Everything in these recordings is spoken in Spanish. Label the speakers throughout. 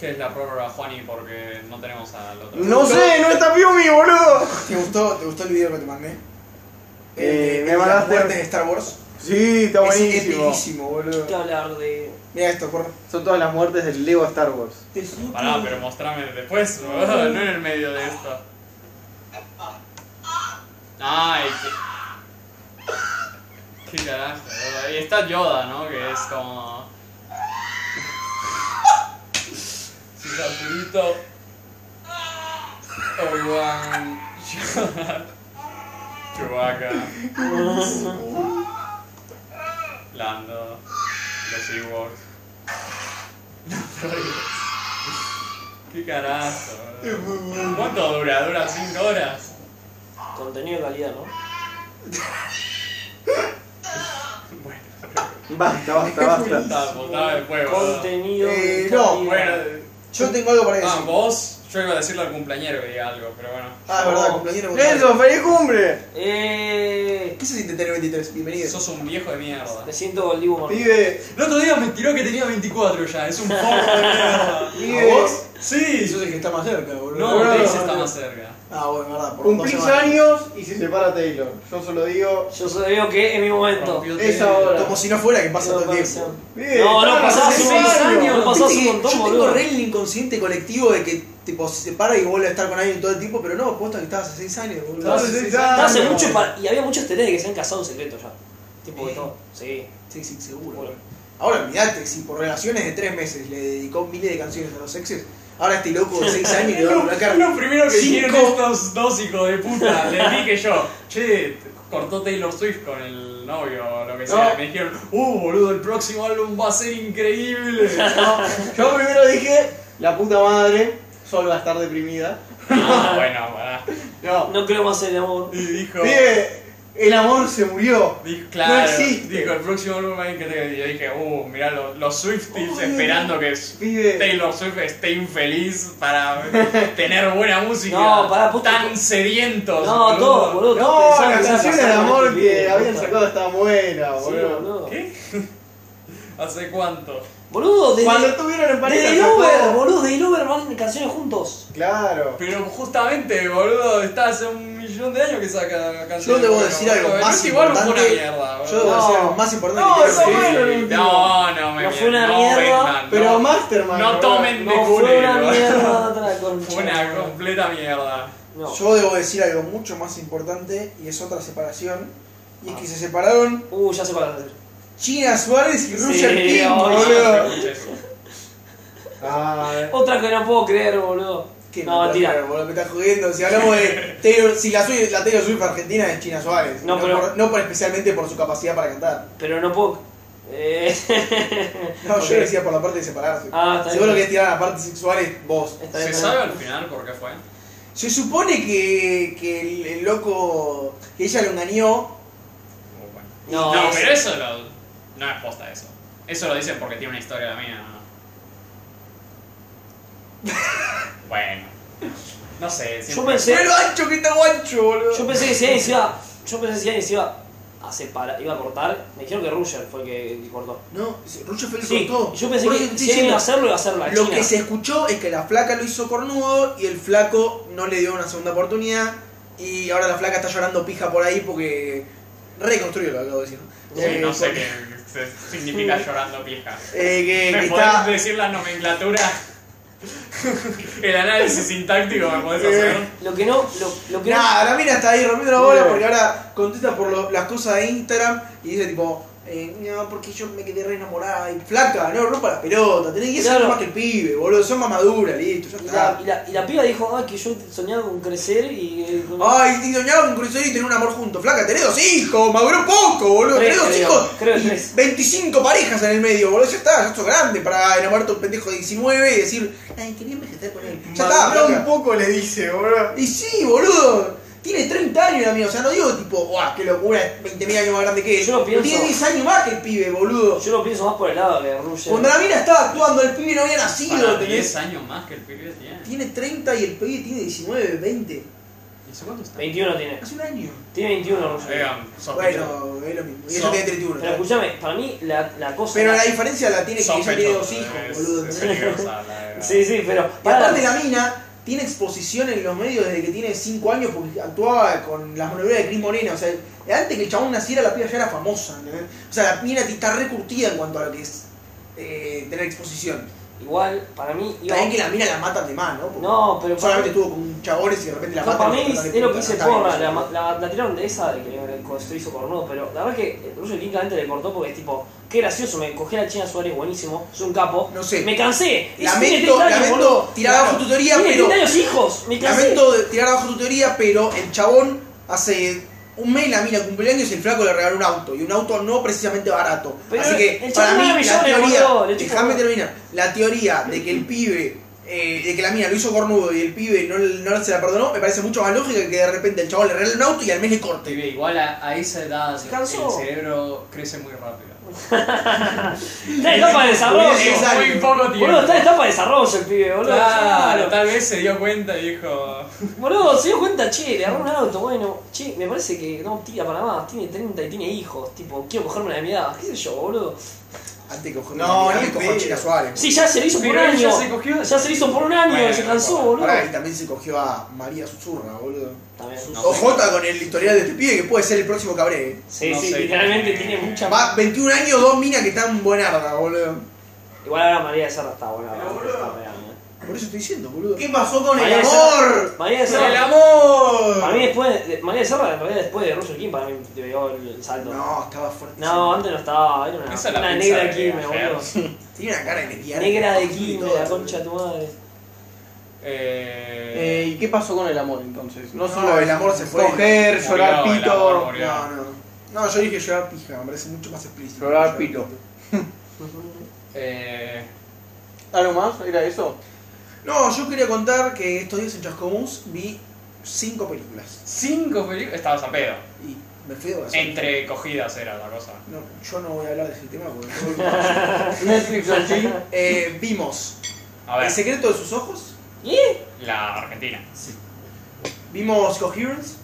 Speaker 1: a Juani porque no tenemos al otro.
Speaker 2: No sé, no está Piumi, boludo.
Speaker 3: ¿Te gustó, ¿Te gustó el video que te mandé?
Speaker 2: Eh, me
Speaker 3: El de- el de las
Speaker 2: mandaste-
Speaker 3: muertes de Star Wars.
Speaker 2: Sí, está
Speaker 3: Es- Es
Speaker 2: buenísimo.
Speaker 3: bellísimo, boludo.
Speaker 4: que hablar de.
Speaker 3: Mira esto, corre.
Speaker 2: Son todas las muertes del Lego Star Wars.
Speaker 4: de su-
Speaker 1: Pará, pero mostrame después, boludo, no en el medio de esto. Ay, qué. Qué carajo, boludo. Y está Yoda, ¿no? Que es como. Sí, Arturito. Obi-Wan. Yoda. Chewbacca. Lando. Los Ewoks. Qué carajo. boludo. ¿Cuánto dura? ¿Dura 5 horas?
Speaker 4: Contenido de calidad, ¿no?
Speaker 1: Bueno,
Speaker 2: Basta, basta, basta.
Speaker 1: está, votaba después, boludo.
Speaker 4: Contenido de
Speaker 3: Eh, no.
Speaker 4: calidad.
Speaker 1: Bueno,
Speaker 3: Yo tengo algo para decir.
Speaker 1: ah, vos, yo iba a decirle al cumpleañero que diga algo, pero bueno.
Speaker 3: Ah, es verdad, compañero.
Speaker 2: ¡Nelson, feliz cumbre!
Speaker 4: Eh,
Speaker 3: ¿Qué se siente tener 23? Bienvenido.
Speaker 1: Sos un viejo de mierda.
Speaker 4: me siento el Dibu Martínez.
Speaker 2: Pibe,
Speaker 1: El otro día me tiró que tenía 24 ya, es un poco de mierda.
Speaker 2: pibe.
Speaker 3: vos?
Speaker 1: Sí,
Speaker 3: Sos el que está más cerca,
Speaker 1: no,
Speaker 3: boludo.
Speaker 2: No,
Speaker 1: Chris
Speaker 2: no,
Speaker 1: está
Speaker 2: no.
Speaker 1: más cerca.
Speaker 3: Ah, bueno, verdad. Por
Speaker 2: Cumplís
Speaker 3: dos semanas.
Speaker 2: años y se separa Taylor. Yo solo digo.
Speaker 4: Yo solo veo que es mi momento.
Speaker 1: Rompió
Speaker 2: Es
Speaker 1: tele.
Speaker 2: ahora.
Speaker 3: Como si no fuera que pasa
Speaker 4: No,
Speaker 3: todo el tiempo.
Speaker 4: pasión.
Speaker 2: Pibe,
Speaker 4: No, no,
Speaker 2: estaba
Speaker 4: pasaba
Speaker 2: hace
Speaker 4: sus
Speaker 2: seis
Speaker 4: años, no pasó hace un
Speaker 3: Viste que
Speaker 4: montón,
Speaker 3: yo
Speaker 4: boludo.
Speaker 3: tengo re el inconsciente colectivo de que tipo, se para y vuelve a estar con alguien todo el tiempo, pero no, aposta que estabas hace 6 años, boludo.
Speaker 2: Estabas hace seis años.
Speaker 4: Hace mucho y pa- y había muchas teorías de que se han casado en secreto ya. Tipo que todo. Sí.
Speaker 3: Sí, sí, seguro.
Speaker 4: Bueno.
Speaker 3: Ahora mirate, si por relaciones de 3 meses le dedicó miles de canciones a los exes, ahora este loco de 6 años le va a
Speaker 1: Lo,
Speaker 3: arrancar.
Speaker 1: lo primero que dijeron
Speaker 3: Cinco.
Speaker 1: estos dos hijos de puta, les dije yo, che, cortó Taylor Swift con el novio o lo que sea,
Speaker 2: No.
Speaker 1: y me dijeron, uh boludo, el próximo álbum va a ser increíble.
Speaker 2: años. Yo primero dije, la puta madre, solo va a estar deprimida.
Speaker 1: ah, bueno, pará.
Speaker 2: No.
Speaker 4: No creo más en el amor.
Speaker 1: Y dijo,
Speaker 2: Pibe, el amor se murió.
Speaker 1: dijo claro,
Speaker 2: existe.
Speaker 1: dijo el próximo álbum va a ser increíble. Y yo dije, uh, mirá lo- los Swifties
Speaker 2: Uy.
Speaker 1: esperando que
Speaker 2: Pibe.
Speaker 1: Taylor Swift esté infeliz para tener buena música.
Speaker 4: No, pará, puto.
Speaker 1: tan sedientos.
Speaker 4: No, todo, boludo.
Speaker 2: No,
Speaker 4: Pensaba
Speaker 2: la
Speaker 4: que estaba
Speaker 2: canción de
Speaker 4: casado con
Speaker 2: amor
Speaker 4: este
Speaker 2: que
Speaker 4: pibe,
Speaker 2: habían
Speaker 4: puta.
Speaker 2: sacado estaba buena,
Speaker 4: Sí,
Speaker 2: boludo.
Speaker 4: boludo.
Speaker 1: ¿Qué? ¿Hace cuánto?
Speaker 4: Boludo, desde,
Speaker 2: Cuando estuvieron en pareja.
Speaker 4: desde el
Speaker 2: sacó-
Speaker 4: Uber, boludo, desde el Uber van canciones juntos.
Speaker 2: Claro.
Speaker 1: Pero justamente, boludo, está hace un millón de años que saca canciones.
Speaker 3: Yo debo
Speaker 1: Bueno,
Speaker 3: decir algo
Speaker 1: boludo,
Speaker 3: más
Speaker 1: el último álbum fue una
Speaker 3: importante.
Speaker 1: mierda,
Speaker 3: Yo debo
Speaker 1: boludo.
Speaker 3: decir
Speaker 2: No.
Speaker 3: algo más importante
Speaker 2: No,
Speaker 3: que
Speaker 2: eso
Speaker 3: tengo que
Speaker 2: fue
Speaker 3: decir.
Speaker 2: el último.
Speaker 1: No, no, me
Speaker 4: No fue una
Speaker 1: no,
Speaker 4: mierda,
Speaker 1: vengan,
Speaker 2: Pero
Speaker 1: no,
Speaker 2: Masterman.
Speaker 1: No
Speaker 2: boludo.
Speaker 1: tomen
Speaker 4: No
Speaker 1: de
Speaker 4: fue una
Speaker 1: culero.
Speaker 4: mierda otra concha.
Speaker 1: Fue una completa mierda.
Speaker 4: No.
Speaker 3: Yo debo decir algo mucho más importante y es otra separación. Y es que se separaron
Speaker 4: Uh, ya sé cuál vas a hacer.
Speaker 3: China Suárez y Roger
Speaker 4: Sí,
Speaker 3: King,
Speaker 4: oh,
Speaker 3: boludo.
Speaker 2: Ah,
Speaker 4: Otra que no puedo creer, boludo.
Speaker 3: Que
Speaker 4: No, mentira.
Speaker 3: Boludo, me estás jodiendo. Si hablamos de Taylor, si la, Swift- la Taylor Swift argentina es China Suárez.
Speaker 4: No, pero-
Speaker 3: por- no por especialmente por su capacidad para cantar.
Speaker 4: Pero no puedo. Eh,
Speaker 3: No,
Speaker 4: Ok.
Speaker 3: yo decía por la parte de separarse.
Speaker 4: Ah, está
Speaker 3: Seguro
Speaker 4: bien.
Speaker 3: que es tirar la parte sexual es vos.
Speaker 4: Está bien,
Speaker 1: ¿Se
Speaker 4: está
Speaker 1: sabe
Speaker 4: bien.
Speaker 1: al final por qué fue?
Speaker 3: Se supone que, que el, el loco, que ella lo engañó.
Speaker 1: Oh, bueno.
Speaker 4: No,
Speaker 1: No,
Speaker 4: es-
Speaker 1: pero eso lo- no es posta eso. Eso lo dicen porque tiene una historia la mía. ¿no? bueno. No sé,
Speaker 4: Yo
Speaker 1: siempre...
Speaker 4: pensé,
Speaker 3: ¡Mira lo ancho que está guancho, boludo!
Speaker 4: yo pensé que Ciani se iba. Yo pensé que Ciani se iba a separar, iba a cortar. Me dijeron que Ruger fue el que cortó.
Speaker 3: No, si- Rucho fue el que
Speaker 4: Sí,
Speaker 3: cortó.
Speaker 4: yo pensé
Speaker 3: Por eso te
Speaker 4: que
Speaker 3: estoy
Speaker 4: Ciani
Speaker 3: diciendo,
Speaker 4: iba a hacerlo, iba a hacer la
Speaker 3: Lo
Speaker 4: China.
Speaker 3: que se escuchó es que la flaca lo hizo cornudo y el flaco no le dio una segunda oportunidad. Y ahora la flaca está llorando pija por ahí porque. Reconstruyó lo acabo de decir. ¿no?
Speaker 1: Sí,
Speaker 3: Eh,
Speaker 1: no sé
Speaker 3: porque-
Speaker 1: qué se- significa llorando pija.
Speaker 3: eh, que- que
Speaker 1: ¿Me
Speaker 3: está-
Speaker 1: podés decir la nomenclatura? El análisis sintáctico me podés hacer.
Speaker 4: Lo que no. Lo, lo que
Speaker 3: Nada, la mina está ahí rompiendo la bola
Speaker 2: Bien.
Speaker 3: porque ahora contesta por lo- las cosas de Instagram y dice tipo, eh, no, porque yo me quedé re enamorada y flaca, no, rompa la pelota, tenés 10
Speaker 4: Claro.
Speaker 3: años más que el pibe, boludo, son más maduras, listo, ya
Speaker 4: no. Y la,
Speaker 3: está.
Speaker 4: y, la, y la piba dijo, ah, que yo soñaba con crecer y. eh, con-
Speaker 3: Ay, te soñaba con crecer y tener un amor junto. Flaca, tenés dos hijos, maduró poco, boludo.
Speaker 4: Tres,
Speaker 3: tenés dos
Speaker 4: creo,
Speaker 3: hijos.
Speaker 4: creo que
Speaker 3: y
Speaker 4: tres.
Speaker 3: 25 parejas en el medio, boludo. Ya está, ya sos grande para enamorarte a un pendejo de 19 y decir, ay, quería envejecer con él. Ya está,
Speaker 2: Maduró
Speaker 3: flaca.
Speaker 2: un poco le dice, boludo.
Speaker 3: Y sí, boludo. Tiene 30 años la mía. O sea, no digo tipo, guau, qué locura, es 20.000 años más grande que él.
Speaker 4: Yo lo pienso.
Speaker 3: Tiene 10 años más que el pibe, boludo.
Speaker 4: Yo lo pienso más por el lado de Ruger.
Speaker 3: Cuando la mina estaba actuando, el pibe no había nacido.
Speaker 1: Para
Speaker 3: ¿entendés?
Speaker 1: 10 años más que el pibe tiene.
Speaker 3: Tiene 30 y el pibe tiene 19, 20.
Speaker 1: Y
Speaker 3: ¿Hace cuánto está?
Speaker 4: 21 tiene.
Speaker 3: Hace un año.
Speaker 4: Tiene 21 Russell.
Speaker 1: Vean, sospechoso.
Speaker 3: Bueno, es lo mismo. Y
Speaker 1: So-
Speaker 3: ella tiene 31.
Speaker 4: Pero escúchame, para mí la, la cosa.
Speaker 3: Pero la diferencia la tiene que ella tiene
Speaker 1: Sospechoso.
Speaker 3: dos hijos,
Speaker 1: Es-
Speaker 3: boludo.
Speaker 1: Es
Speaker 3: ¿entendés?
Speaker 1: peligrosa la edad.
Speaker 4: Sí, sí, pero.
Speaker 3: Y aparte la mina tiene exposición en los medios desde que tiene 5 años porque actuaba con las monovelas de Cris Morena. O sea, antes que el chabón naciera la piba ya era famosa. ¿entendés? O sea, la mina está recurtida en cuanto a lo que es eh, tener exposición.
Speaker 4: Igual, para mí. iba-
Speaker 3: También que la mina la matan de más, ¿no? Porque
Speaker 4: No, pero.
Speaker 3: solamente estuvo con chabones y de repente la
Speaker 4: No,
Speaker 3: matan.
Speaker 4: para mí
Speaker 3: porque
Speaker 4: es,
Speaker 3: tratan
Speaker 4: es
Speaker 3: de
Speaker 4: lo que
Speaker 3: puta,
Speaker 4: hice
Speaker 3: no está bien,
Speaker 4: porra,
Speaker 3: eso.
Speaker 4: la, ma- la- la tiraron de esa de que le se hizo cornudo, pero la verdad que Russell King claramente le cortó porque es tipo, qué gracioso, me cogí a la China Suárez, buenísimo, es un capo.
Speaker 3: No sé.
Speaker 4: Me cansé. Es- tiene
Speaker 3: Lamento,
Speaker 4: 30 años,
Speaker 3: lamento
Speaker 4: boludo.
Speaker 3: tirar abajo tu teoría,
Speaker 4: Tiene
Speaker 3: pero.
Speaker 4: 30 años hijos, me cansé.
Speaker 3: Lamento de tirar abajo tu teoría, pero el chabón hace un mes la mina cumpleaños y el flaco le regaló un auto. Y un auto no precisamente barato.
Speaker 4: Pero
Speaker 3: Así que,
Speaker 4: el
Speaker 3: para
Speaker 4: chabón
Speaker 3: mí,
Speaker 4: era
Speaker 3: la
Speaker 4: millonario,
Speaker 3: teoría.
Speaker 4: boludo, le chupa
Speaker 3: Dejame
Speaker 4: huevo.
Speaker 3: terminar. La teoría de que el pibe. eh, de que la mina lo hizo cornudo y el pibe no, no se la perdonó, me parece mucho más lógica que de repente el chabón le regale un auto y al mes le
Speaker 1: Te
Speaker 3: corte.
Speaker 1: ve, Igual a, a esa edad el
Speaker 4: Cansó.
Speaker 1: cerebro crece muy rápido.
Speaker 4: Está en etapa de desarrollo.
Speaker 3: Exacto.
Speaker 1: Muy poco tiempo.
Speaker 4: Boludo, está en etapa de desarrollo el pibe, boludo.
Speaker 1: Claro, tal vez se dio cuenta y dijo.
Speaker 4: Boludo, se dio cuenta, che, le agarró un auto, bueno, che, me parece que no tira para más, tiene 30 y tiene hijos, tipo, quiero cogerme la de mi edad, qué sé yo, boludo.
Speaker 3: Antes cojo
Speaker 2: No, ni
Speaker 3: antes cojo a
Speaker 2: pedo.
Speaker 3: Chica Suárez.
Speaker 4: Sí, ya se le hizo por un
Speaker 1: Pero él
Speaker 4: año.
Speaker 1: ya se cogió.
Speaker 4: Ya se le hizo por un año,
Speaker 1: Bueno,
Speaker 4: se cansó,
Speaker 1: bueno.
Speaker 4: boludo.
Speaker 3: Pará, y también se cogió a María Susurra, boludo.
Speaker 4: También.
Speaker 1: No sé.
Speaker 3: Ojota con el historial de este pibe que puede ser el próximo cabré. eh.
Speaker 4: Sí,
Speaker 1: No
Speaker 4: sí,
Speaker 1: sé.
Speaker 4: literalmente tiene mucha
Speaker 3: Va, 21 años, dos minas que están buenardas, boludo.
Speaker 4: Igual ahora María de Serra está buena.
Speaker 2: Pero, boludo.
Speaker 4: está pegando, eh.
Speaker 3: Por eso estoy diciendo, boludo.
Speaker 2: ¿Qué pasó con el
Speaker 4: María de
Speaker 2: amor?
Speaker 4: Serra- María de
Speaker 1: ¡El
Speaker 4: Serra.
Speaker 1: amor!
Speaker 4: Para mí después de, María de Serra, en realidad después de Russell King, para mí te dio el salto. No,
Speaker 3: No, estaba fuerte.
Speaker 4: antes no estaba, era una,
Speaker 1: Esa es la
Speaker 4: una
Speaker 1: pizza
Speaker 4: negra
Speaker 1: de
Speaker 4: Quime,
Speaker 1: ayer.
Speaker 4: boludo.
Speaker 3: Tiene una cara de lesbiana.
Speaker 4: Negra de
Speaker 3: Quime,
Speaker 4: Quime, la concha de tu madre.
Speaker 1: Eh,
Speaker 2: Eh, ¿Y qué pasó con el amor entonces? No
Speaker 3: No,
Speaker 2: solo
Speaker 3: el amor se fue.
Speaker 2: Coger,
Speaker 1: Murió,
Speaker 2: llorar
Speaker 1: el amor
Speaker 2: pito.
Speaker 1: murió.
Speaker 3: No, no. No, yo dije llevar pija, me parece mucho más explícito.
Speaker 2: Llorar pito.
Speaker 1: eh,
Speaker 2: ¿Algo más? ¿Era eso?
Speaker 3: No, yo quería contar que estos días en Chascomús vi cinco películas.
Speaker 1: cinco películas. Estabas a pedo.
Speaker 3: Y me fui de vacaciones.
Speaker 1: Entre cogidas era la cosa.
Speaker 3: No, yo no voy a hablar de ese tema porque todo
Speaker 2: Netflix and chill.
Speaker 3: el- eh, Vimos
Speaker 1: A ver,
Speaker 3: El secreto de sus ojos.
Speaker 4: ¿Y?
Speaker 1: la argentina.
Speaker 3: Vimos Coherence.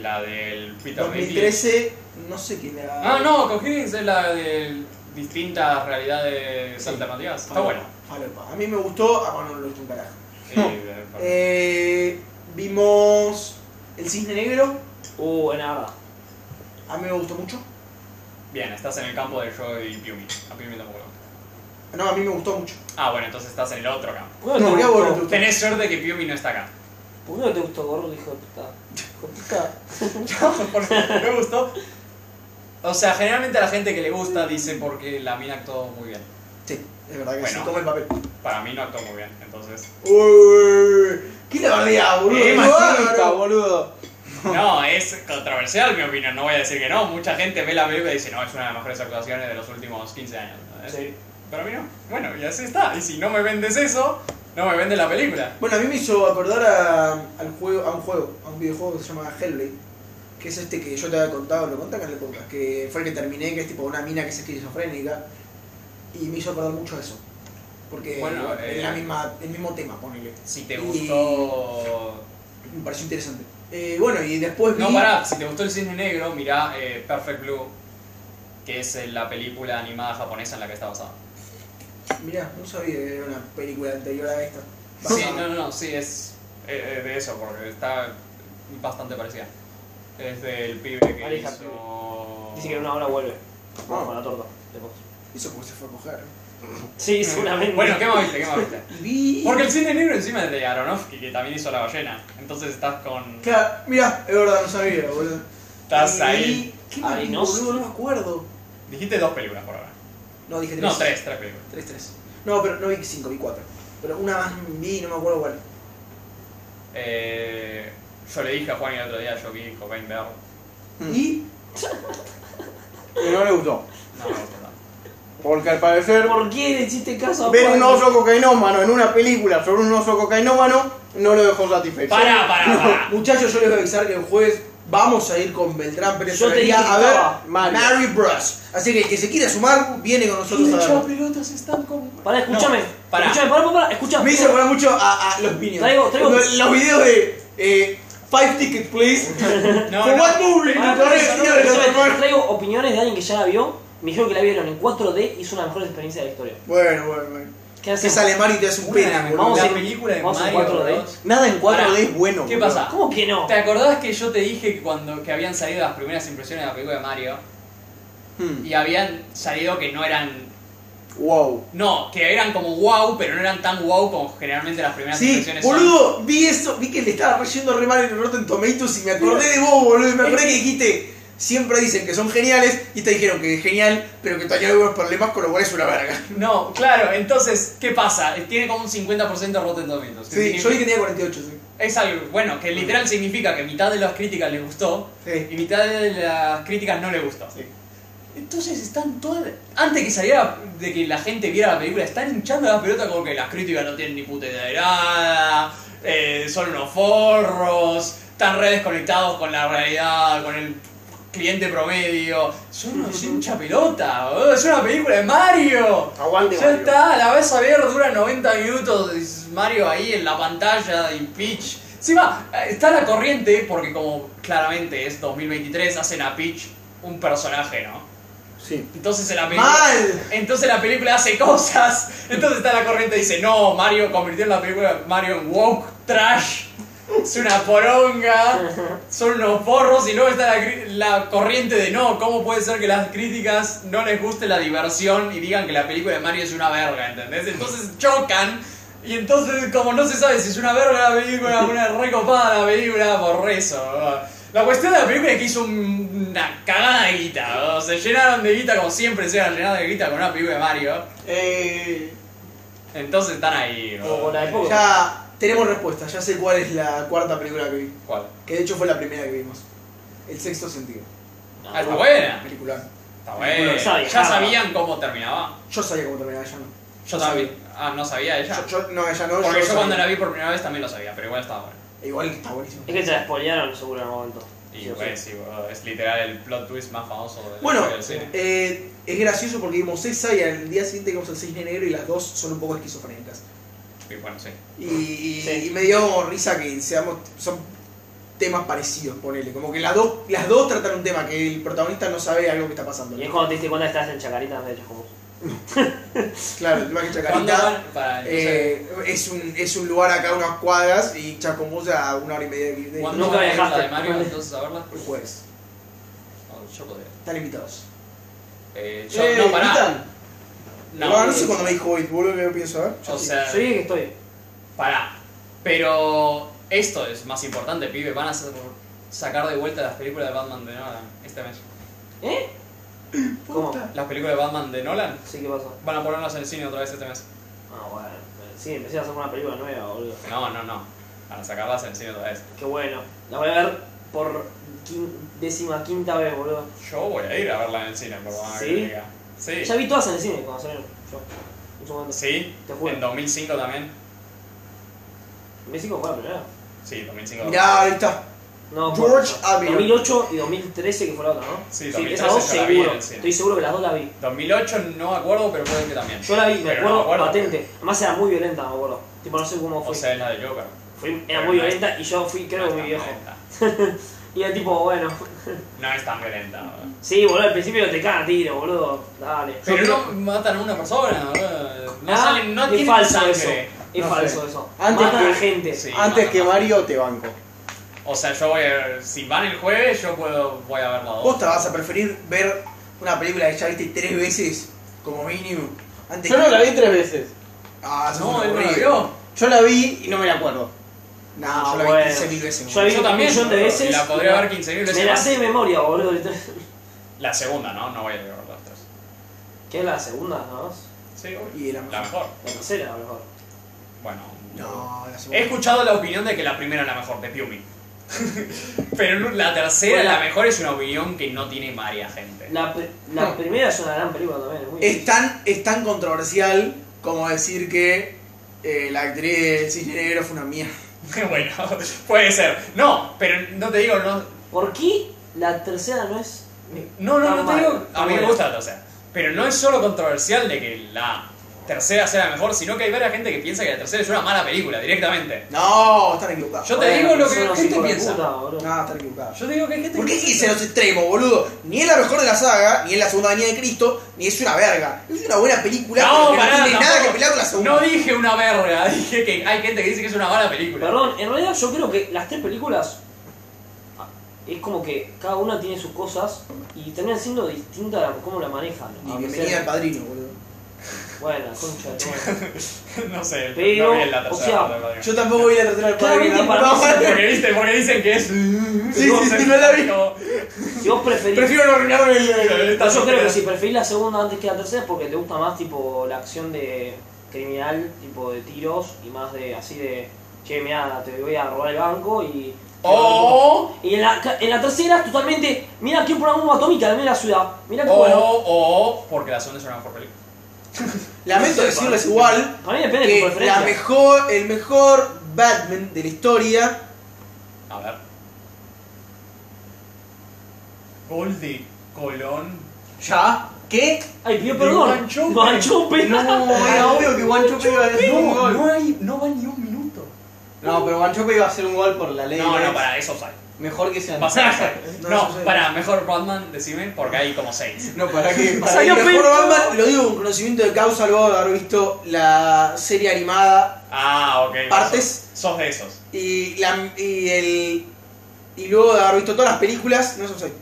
Speaker 1: La del Peter Dinklage.
Speaker 3: 2013. No sé quién era.
Speaker 1: Ah, no, Coherence es la de distintas realidades alternativas. Está bueno.
Speaker 3: Falopa. A mí me gustó. Ah, bueno, no lo gustó un carajo.
Speaker 1: Eh,
Speaker 3: Eh, vimos El Cisne Negro,
Speaker 4: Uh, buena verdad.
Speaker 3: a mí me gustó mucho.
Speaker 1: Bien, estás en el campo de Joe y Piumi. A Piumi tampoco.
Speaker 3: No, a mí me gustó mucho.
Speaker 1: Ah, bueno, entonces estás en el otro campo.
Speaker 4: ¿Por qué no,
Speaker 3: No,
Speaker 4: te
Speaker 3: qué
Speaker 4: gustó?
Speaker 3: aburrido.
Speaker 1: Tenés suerte que Piumi no está acá.
Speaker 4: ¿Por qué no te gustó gordo, hijo de puta? Hijo de puta.
Speaker 1: porque me gustó. O sea, generalmente a la gente que le gusta dice porque la mina actuó muy bien.
Speaker 3: Sí, es verdad que
Speaker 1: Bueno.
Speaker 3: sí, toma el papel.
Speaker 1: Para mí no actuó muy bien, entonces.
Speaker 3: Uy, ¿Qué le bardea, boludo?
Speaker 1: Eh,
Speaker 3: ¡Qué
Speaker 2: Machista,
Speaker 3: bárbaro!
Speaker 2: boludo.
Speaker 1: No, es controversial mi opinión, no voy a decir que no. Mucha gente ve la película y dice, no, es una de las mejores actuaciones de los últimos 15 años. ¿no? Es-
Speaker 4: Sí.
Speaker 1: Para mí no. Bueno, y así está. Y si no me vendes eso, no me vendes la película.
Speaker 3: Bueno, a mí me hizo acordar a, al juego, a un juego, a un videojuego que se llama Hellblade. Que es este que yo te había contado, lo conté acá en el podcast, que fue el que terminé, que es tipo una mina que es esquizofrénica. Y me hizo acordar mucho a eso. Porque
Speaker 1: Bueno,
Speaker 3: bueno, es
Speaker 1: eh,
Speaker 3: la misma, el mismo tema, ponele.
Speaker 1: Si te
Speaker 3: Y-
Speaker 1: gustó...
Speaker 3: Me pareció interesante. Eh, bueno, y después vi...
Speaker 1: No, pará, si te gustó el cine negro, mirá eh, Perfect Blue, que es eh, la película animada japonesa en la que está basada.
Speaker 3: Mirá, no sabía que era una película anterior a esta.
Speaker 1: Sí,
Speaker 3: Basada.
Speaker 1: no, no, no, sí, es eh, eh, de eso, porque está bastante parecida. Es del pibe que
Speaker 4: Aleja,
Speaker 1: hizo...
Speaker 4: Dice que en una hora vuelve. Vamos
Speaker 3: Ah.
Speaker 4: con la torta. de postre.
Speaker 3: Eso porque se fue a coger.
Speaker 4: Sí, seguramente.
Speaker 1: Bueno, ¿qué más viste? ¿Qué más viste?
Speaker 3: Vi.
Speaker 1: Porque el cine negro encima es de Aronofsky, que también hizo La ballena. Entonces estás con...
Speaker 3: Claro, mirá, es verdad, no sabía, boludo.
Speaker 1: Estás
Speaker 3: Y-
Speaker 1: ahí.
Speaker 3: ¿Qué más
Speaker 4: Ahí
Speaker 3: vi,
Speaker 4: no
Speaker 3: boludo? No me acuerdo.
Speaker 1: Dijiste dos películas por ahora.
Speaker 3: No, dije tres.
Speaker 1: No, tres, tres películas.
Speaker 3: Tres, tres. No, pero no vi cinco, vi cuatro. Pero una más vi, no me acuerdo cuál.
Speaker 1: Eh, yo le dije a Juan el otro día, yo vi Cocaine Bear.
Speaker 4: Mm.
Speaker 3: Y.
Speaker 2: Que no le gustó.
Speaker 1: No me gustó tanto.
Speaker 2: Porque al parecer,
Speaker 4: ¿Por qué le hiciste caso a
Speaker 2: ver un
Speaker 4: Juan?
Speaker 2: oso cocainómano en una película sobre un oso cocainómano no lo dejó satisfecho.
Speaker 1: Pará, pará, pará.
Speaker 3: Muchachos, yo les voy a avisar que el jueves vamos a ir con Beltrán Pérez
Speaker 4: Yo te
Speaker 3: Olaría
Speaker 4: dije que
Speaker 3: a ver
Speaker 4: estaba.
Speaker 2: Mario.
Speaker 3: Mary Bros. Así que el que se quiera sumar, viene con nosotros a verlo.
Speaker 1: pelotas están con...
Speaker 4: Pará, escúchame.
Speaker 1: pará.
Speaker 4: Escúchame, pará, pará, pará, escucha.
Speaker 3: Me hizo acordar mucho a, a los Minions.
Speaker 4: Traigo- traigo-
Speaker 3: Los, los videos de. eh,
Speaker 2: Five tickets, please.
Speaker 1: No, Ah,
Speaker 2: For
Speaker 1: no.
Speaker 2: what movie?
Speaker 4: Pará,
Speaker 2: No, pará,
Speaker 4: pará, pará,
Speaker 2: sí,
Speaker 4: pará,
Speaker 2: no,
Speaker 4: pará,
Speaker 2: no,
Speaker 4: pará.
Speaker 2: no.
Speaker 4: Traigo opiniones de alguien que ya la vio. Me dijeron que la vieron en 4D y es una de las mejores experiencias de la historia.
Speaker 3: Bueno, bueno, bueno.
Speaker 4: ¿Qué
Speaker 3: Que
Speaker 4: hacemos?
Speaker 3: sale Mario y te hace un
Speaker 1: Una de las
Speaker 3: pene, boludo.
Speaker 4: vamos
Speaker 1: mejores
Speaker 4: en-
Speaker 1: películas de
Speaker 4: vamos en
Speaker 1: Mario
Speaker 4: 4D.
Speaker 1: Bros.
Speaker 2: Nada en 4D es
Speaker 1: Pará.
Speaker 2: bueno.
Speaker 1: ¿Qué
Speaker 2: boludo.
Speaker 1: pasa?
Speaker 4: ¿Cómo que no?
Speaker 1: ¿Te acordás que yo te dije que cuando que habían salido las primeras impresiones de la película de Mario
Speaker 2: Hmm.
Speaker 1: y habían salido que no eran
Speaker 2: Wow.
Speaker 1: no, que eran como wow, pero no eran tan wow como generalmente las primeras
Speaker 3: Sí,
Speaker 1: impresiones son.
Speaker 3: boludo, vi eso, vi que le estaba reyendo re mal en el Rotten Tomatoes y me acordé de vos, boludo, y me acordé que dijiste, siempre dicen que son geniales y te dijeron que es genial, pero que todavía hay unos problemas con lo cual es una verga.
Speaker 1: No, claro, entonces, ¿qué pasa? Tiene como un 50% de Rotten Tomatoes. que
Speaker 3: Sí, yo vi
Speaker 1: significa-
Speaker 3: que tenía 48, sí.
Speaker 1: Es algo, bueno, que literal significa que mitad de las críticas les gustó
Speaker 3: Sí.
Speaker 1: y mitad de las críticas no les gustó.
Speaker 3: Sí.
Speaker 1: Entonces están todas. Antes que saliera de que la gente viera la película, están hinchando las pelotas como que las críticas no tienen ni puta idea de nada, eh, son unos forros, están re desconectados con la realidad, con el cliente promedio. Son unos hincha pelota, boludo, es una película de Mario.
Speaker 2: Aguante,
Speaker 1: Ya está, la vas a ver, dura 90 minutos, es Mario ahí en la pantalla y Peach. Encima, eh, está la corriente, porque como claramente es 2023, hacen a Peach un personaje, ¿no?
Speaker 2: Sí.
Speaker 1: Entonces en la película...
Speaker 3: ¡Mal!
Speaker 1: Entonces la película hace cosas. Entonces está la corriente y dice, no, Mario convirtió en la película de Mario en woke trash. Es una poronga. Son unos porros. Y luego está la, cri- la corriente de no, ¿cómo puede ser que las críticas no les guste la diversión y digan que la película de Mario es una verga? ¿Entendés? Entonces chocan. Y entonces, como no se sabe si es una verga la película, una recopada la película, por eso. La cuestión de la película es que hizo un- una cagada de guita. ¿no? Se llenaron de guita como siempre se han llenado de guita con una película de Mario.
Speaker 3: Eh,
Speaker 1: Entonces están ahí. ¿no?
Speaker 4: Como la época.
Speaker 3: ya tenemos respuesta, ya sé cuál es la cuarta película que vi,
Speaker 1: ¿Cuál?
Speaker 3: que de hecho fue la primera que vimos. El sexto sentido.
Speaker 1: Ah, está buena.
Speaker 3: Película.
Speaker 1: Está
Speaker 4: Bueno,
Speaker 1: buena.
Speaker 4: sabía,
Speaker 1: Ya
Speaker 4: ah.
Speaker 1: sabían cómo terminaba.
Speaker 3: Yo sabía cómo terminaba ella, no.
Speaker 1: Yo
Speaker 3: No
Speaker 1: sabía. Ah, no sabía ella.
Speaker 3: Yo, yo- no, ella no.
Speaker 1: Porque
Speaker 3: lo
Speaker 1: yo cuando la
Speaker 3: sabía.
Speaker 1: vi por primera vez también lo sabía, pero igual estaba bueno.
Speaker 3: Igual está buenísimo.
Speaker 4: Es que se la spoilearon seguro en algún momento.
Speaker 1: Y
Speaker 4: Sí, o
Speaker 1: pues, sí, boludo, es literal el plot twist más famoso del,
Speaker 3: Bueno,
Speaker 1: del cine.
Speaker 3: eh, es gracioso porque vimos esa y al día siguiente vimos el cisne negro y las dos son un poco esquizofrénicas.
Speaker 1: Y bueno, sí.
Speaker 3: Y, y-
Speaker 4: Sí.
Speaker 3: y me dio como risa que seamos, son temas parecidos, ponele. Como que las dos, las dos tratan un tema que el protagonista no sabe algo que está pasando.
Speaker 4: Y es cuando te diste cuenta que estabas en Chacarita de Medias como.
Speaker 3: Claro, el tema que
Speaker 1: ¿Cuándo
Speaker 3: Chacarita
Speaker 1: van? Para, entonces,
Speaker 3: eh, es, un, es un lugar acá a unas cuadras y Chacomús a una hora y media de- de
Speaker 1: ¿Cuándo
Speaker 4: nunca
Speaker 1: van a ir la
Speaker 4: viajaste.
Speaker 1: de Mario entonces a verla?
Speaker 3: el jueves.
Speaker 1: No, Oh, yo podría.
Speaker 3: Están invitados.
Speaker 1: Eh, yo,
Speaker 2: Eh,
Speaker 1: no, pará.
Speaker 2: Ethan,
Speaker 1: No,
Speaker 3: No, no sé cuando me dijo hoy, boludo, que yo pienso, ¿eh?
Speaker 1: O sea,
Speaker 4: Yo dije que estoy.
Speaker 1: pará. Pero esto es más importante, pibe. Van a sa- sacar de vuelta las películas de Batman de Nolan este mes.
Speaker 4: ¿Eh? ¿Cómo?
Speaker 1: Las películas de Batman de Nolan
Speaker 4: Sí, ¿qué pasó?
Speaker 1: van a ponerlas en el cine otra vez este mes.
Speaker 4: Ah, bueno. Sí, empecé a hacer una película nueva, boludo.
Speaker 1: No, no, no. Van a sacarlas en el cine otra vez.
Speaker 4: Qué bueno. La voy a ver por quin- décima quinta vez, boludo.
Speaker 1: Yo voy a ir a verla en el cine, por lo menos. que
Speaker 4: ¿Sí?
Speaker 1: diga. Sí.
Speaker 4: Ya vi todas en el cine cuando salieron. Yo. En su momento.
Speaker 1: Sí.
Speaker 4: Te juro.
Speaker 1: En 2005 también.
Speaker 4: ¿México fue la primera?
Speaker 1: Sí, 2005.
Speaker 3: Mirá, ahí está.
Speaker 4: No,
Speaker 3: George
Speaker 4: fue-
Speaker 3: Avila.
Speaker 4: 2008 y 2013 que fue la otra, ¿no?
Speaker 1: Sí,
Speaker 4: esas dos
Speaker 1: 2013 yo la vi en el
Speaker 4: seguro.
Speaker 1: cine.
Speaker 4: Estoy seguro que las dos las vi.
Speaker 1: 2008 no me acuerdo, pero puede que también.
Speaker 4: Yo la vi, me
Speaker 1: Pero
Speaker 4: acuerdo,
Speaker 1: no me acuerdo.
Speaker 4: patente. Además era muy violenta, me acuerdo. Tipo, no sé cómo
Speaker 1: O
Speaker 4: fue.
Speaker 1: sea, es la de Joker.
Speaker 4: Fui- era
Speaker 1: pero
Speaker 4: muy
Speaker 1: no es-
Speaker 4: violenta y yo fui, creo,
Speaker 1: no
Speaker 4: muy
Speaker 1: es tan
Speaker 4: viejo.
Speaker 1: violenta.
Speaker 4: Y era tipo, bueno.
Speaker 1: No es tan violenta. boludo.
Speaker 4: Sí, boludo, al principio te cagan a tiro, boludo. Dale.
Speaker 1: Pero
Speaker 4: Yo-
Speaker 1: no matan a una persona. boludo. No
Speaker 4: Ah,
Speaker 1: salen, no
Speaker 4: es
Speaker 1: tienen
Speaker 4: falso
Speaker 1: sangre.
Speaker 4: eso. Es
Speaker 2: No
Speaker 4: falso eso.
Speaker 2: Antes
Speaker 4: Matan a
Speaker 2: que-
Speaker 4: gente.
Speaker 1: Sí,
Speaker 2: Antes
Speaker 1: no,
Speaker 2: que
Speaker 1: no, no.
Speaker 2: Mario te banco.
Speaker 1: O sea, yo voy a, si van el jueves, yo puedo, voy a ver la dos.
Speaker 3: Vos te vas a preferir ver una película que ya viste tres veces, como mínimo, antes
Speaker 2: Yo
Speaker 3: que-
Speaker 2: no la vi tres veces.
Speaker 3: Ah, sos
Speaker 1: No,
Speaker 3: un
Speaker 1: él no la
Speaker 3: aburrido.
Speaker 1: vio.
Speaker 2: Yo la vi y no me la acuerdo.
Speaker 3: No, Ah, yo la
Speaker 4: Ah, bueno.
Speaker 3: vi 15.000 veces.
Speaker 4: Yo la vi
Speaker 1: Yo también.
Speaker 4: un millón de
Speaker 1: boludo,
Speaker 4: veces.
Speaker 1: y La podría ver 15.000 veces.
Speaker 4: Me la
Speaker 1: más.
Speaker 4: sé de memoria, boludo.
Speaker 1: La segunda, ¿no? No voy a ver las otras.
Speaker 4: ¿Qué es la segunda, no?
Speaker 1: Sí, obvio.
Speaker 3: Y la
Speaker 1: La
Speaker 3: mejor.
Speaker 1: mejor.
Speaker 4: La tercera, a lo mejor.
Speaker 1: Bueno.
Speaker 3: No, la
Speaker 1: He
Speaker 3: segunda.
Speaker 1: escuchado la opinión de que la primera es la mejor de Piumi. Pero la tercera,
Speaker 4: Bueno.
Speaker 1: la mejor, es una opinión que no tiene varias gente.
Speaker 4: La, pr- la
Speaker 3: No.
Speaker 4: primera es una gran película también. Es muy
Speaker 3: Es tan, es tan controversial como decir que eh, la actriz del Cisne Negro fue una mierda.
Speaker 1: bueno, puede ser. No, pero no te digo, no.
Speaker 4: ¿Por qué la tercera no es.?
Speaker 1: No, no,
Speaker 4: tan
Speaker 1: no te
Speaker 4: mala?
Speaker 1: digo. A mí me
Speaker 4: Bueno.
Speaker 1: gusta la tercera. Pero no es solo controversial de que la tercera sea la mejor, sino que hay varias gente que piensa que la tercera es una mala película directamente.
Speaker 3: No, están equivocados.
Speaker 1: Yo te
Speaker 4: Bueno,
Speaker 1: digo lo que
Speaker 4: son
Speaker 1: la
Speaker 4: unos
Speaker 1: gente
Speaker 4: hijos de
Speaker 1: piensa.
Speaker 4: puta, boludo.
Speaker 3: No, están equivocados.
Speaker 1: Yo te digo que hay gente
Speaker 3: ¿Por qué
Speaker 1: que
Speaker 3: hice los extremos, boludo? Ni es la mejor de la saga, ni es la segunda venida de Cristo, ni es una verga. Es una buena película,
Speaker 1: No,
Speaker 3: pero que
Speaker 1: pará,
Speaker 3: no tiene nada que
Speaker 1: tampoco.
Speaker 3: pelear con la segunda.
Speaker 1: No dije una verga, dije que hay gente que dice que es una mala película.
Speaker 4: Perdón, en realidad yo creo que las tres películas ah, es como que cada una tiene sus cosas y terminan siendo distintas a cómo la manejan.
Speaker 3: Ni
Speaker 4: a
Speaker 3: que
Speaker 4: no
Speaker 3: venía
Speaker 4: ser-
Speaker 3: el padrino, boludo.
Speaker 4: Bueno, concha de tu madre.
Speaker 1: no sé,
Speaker 4: Pero,
Speaker 1: no vi en la
Speaker 4: o
Speaker 1: tercera.
Speaker 4: sea,
Speaker 1: la verdad.
Speaker 3: Yo tampoco vi la tercera del padrino.
Speaker 4: Claramente para
Speaker 3: No,
Speaker 4: mí se
Speaker 3: bueno.
Speaker 1: Porque, viste, porque dicen que es.
Speaker 3: sí, sí, no la vi.
Speaker 4: Si vos preferís.
Speaker 3: Prefiero no arruinarme el- el.
Speaker 4: No, yo creo que si preferís la segunda antes que la tercera es porque te gusta más tipo la acción de criminal, tipo de tiros y más de así de che, mira, te voy a robar el banco y.
Speaker 3: Oh.
Speaker 1: O,
Speaker 4: Y en la, en la tercera es totalmente, mira, quiero poner una bomba atómica en medio de la ciudad. Mira
Speaker 1: o,
Speaker 4: qué bueno.
Speaker 3: Oh.
Speaker 1: o, porque la segunda es una mejor película.
Speaker 3: Lamento
Speaker 4: No sé,
Speaker 3: decirles
Speaker 4: para-
Speaker 3: igual
Speaker 4: Para mí depende de tu
Speaker 3: que la
Speaker 4: preferencia.
Speaker 3: mejor, el mejor Batman de la historia.
Speaker 1: A ver. Goldie Colón.
Speaker 3: ¿Ya? ¿Qué?
Speaker 4: Ay, pidió
Speaker 1: de
Speaker 4: perdón.
Speaker 1: Guanchope.
Speaker 4: Manchó un penal.
Speaker 2: No, era obvio que Guanchope iba a hacer un gol.
Speaker 1: hay, no va ni un minuto.
Speaker 2: No, pero Guanchope iba a hacer un gol por la ley.
Speaker 1: No,
Speaker 2: ¿eh?
Speaker 1: no, para eso sale.
Speaker 2: Mejor que sea.
Speaker 1: Pasaje.
Speaker 3: No,
Speaker 1: No,
Speaker 3: eso sale.
Speaker 1: para, mejor Batman, decime, porque hay como seis.
Speaker 2: No, para que.
Speaker 3: Para
Speaker 4: Salió
Speaker 3: mí el mejor
Speaker 4: pedo.
Speaker 3: Batman, lo digo con conocimiento de causa luego de haber visto la serie animada
Speaker 1: Ah, ok.
Speaker 3: Partes.
Speaker 1: Sos, sos de esos.
Speaker 3: y, la, y el. Y luego de haber visto todas las películas, no sé, soy.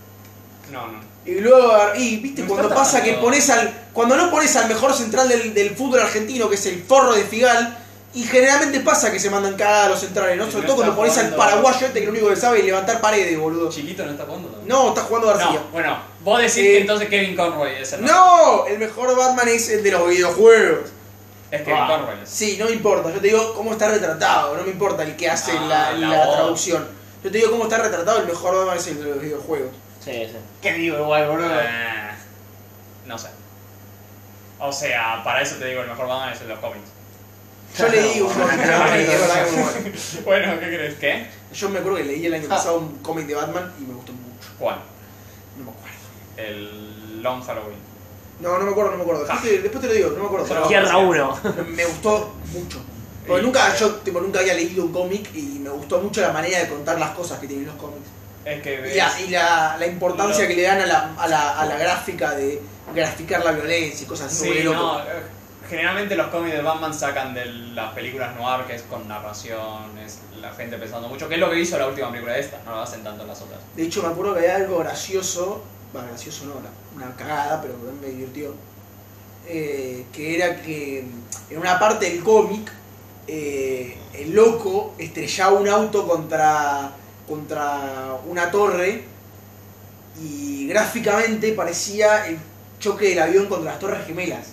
Speaker 1: No, no.
Speaker 3: Y luego, de haber- y viste,
Speaker 1: Me
Speaker 3: cuando
Speaker 1: está
Speaker 3: pasa que
Speaker 1: tapando.
Speaker 3: pones al. Cuando no pones al mejor central del, del fútbol argentino, que es el forro de Figal, y generalmente pasa que se mandan cagadas los centrales, ¿no?
Speaker 1: Y
Speaker 3: Sobre
Speaker 1: no
Speaker 3: todo cuando
Speaker 1: está
Speaker 3: pones al
Speaker 1: jugando-
Speaker 3: paraguayo este que lo único que sabe es levantar paredes, boludo.
Speaker 1: Chiquito no está jugando también.
Speaker 3: No, está jugando García.
Speaker 1: No, bueno, vos decís
Speaker 3: Eh,
Speaker 1: que entonces Kevin Conroy es el
Speaker 3: No, el mejor Batman es el de los videojuegos.
Speaker 1: Es Kevin
Speaker 4: Ah.
Speaker 1: Conroy. es-
Speaker 3: Sí, no me importa. Yo te digo cómo está retratado. No me importa el que hace
Speaker 1: Ah,
Speaker 3: la,
Speaker 1: la
Speaker 3: la
Speaker 1: voz.
Speaker 3: traducción. Yo te digo cómo está retratado. El mejor Batman es el de los videojuegos.
Speaker 4: Sí, sí.
Speaker 2: ¿Qué digo igual, boludo?
Speaker 1: Eh, no sé. O sea, para eso te digo, el mejor Batman es el de los cómics.
Speaker 3: Yo le digo un cómic de Batman y es verdad que es muy bueno.
Speaker 1: Bueno, ¿qué crees? ¿Qué?
Speaker 3: Yo me acuerdo que leí el año
Speaker 1: Ah.
Speaker 3: pasado un cómic de Batman y me gustó mucho.
Speaker 1: ¿Cuál?
Speaker 3: No me acuerdo.
Speaker 1: El Long Halloween.
Speaker 3: No, no me acuerdo, no me
Speaker 1: Ah.
Speaker 3: acuerdo. Después te, después te lo digo, no me acuerdo.
Speaker 1: Pero-
Speaker 3: Pero
Speaker 4: Tierra 1.
Speaker 3: me gustó mucho. Porque
Speaker 1: Y-
Speaker 3: nunca, yo tipo, nunca había leído un cómic y me gustó mucho la manera de contar las cosas que tienen los cómics.
Speaker 1: Es que
Speaker 3: Y
Speaker 1: ves.
Speaker 3: la, y la, la importancia
Speaker 1: Lo-
Speaker 3: que le dan a la, a, la, a la gráfica de graficar la violencia y cosas así.
Speaker 1: Sí,
Speaker 3: muy loco.
Speaker 1: no. eh, Generalmente los cómics de Batman sacan de las películas noir, que es con narraciones, la gente pensando mucho, que es lo que hizo la última película de esta, no lo hacen tanto en las otras.
Speaker 3: De hecho, me acuerdo que había algo gracioso, bueno, gracioso no, la- una cagada, pero me divirtió, eh, que era que en una parte del cómic, eh, el loco estrellaba un auto contra, contra una torre y gráficamente parecía el choque del avión contra las torres gemelas.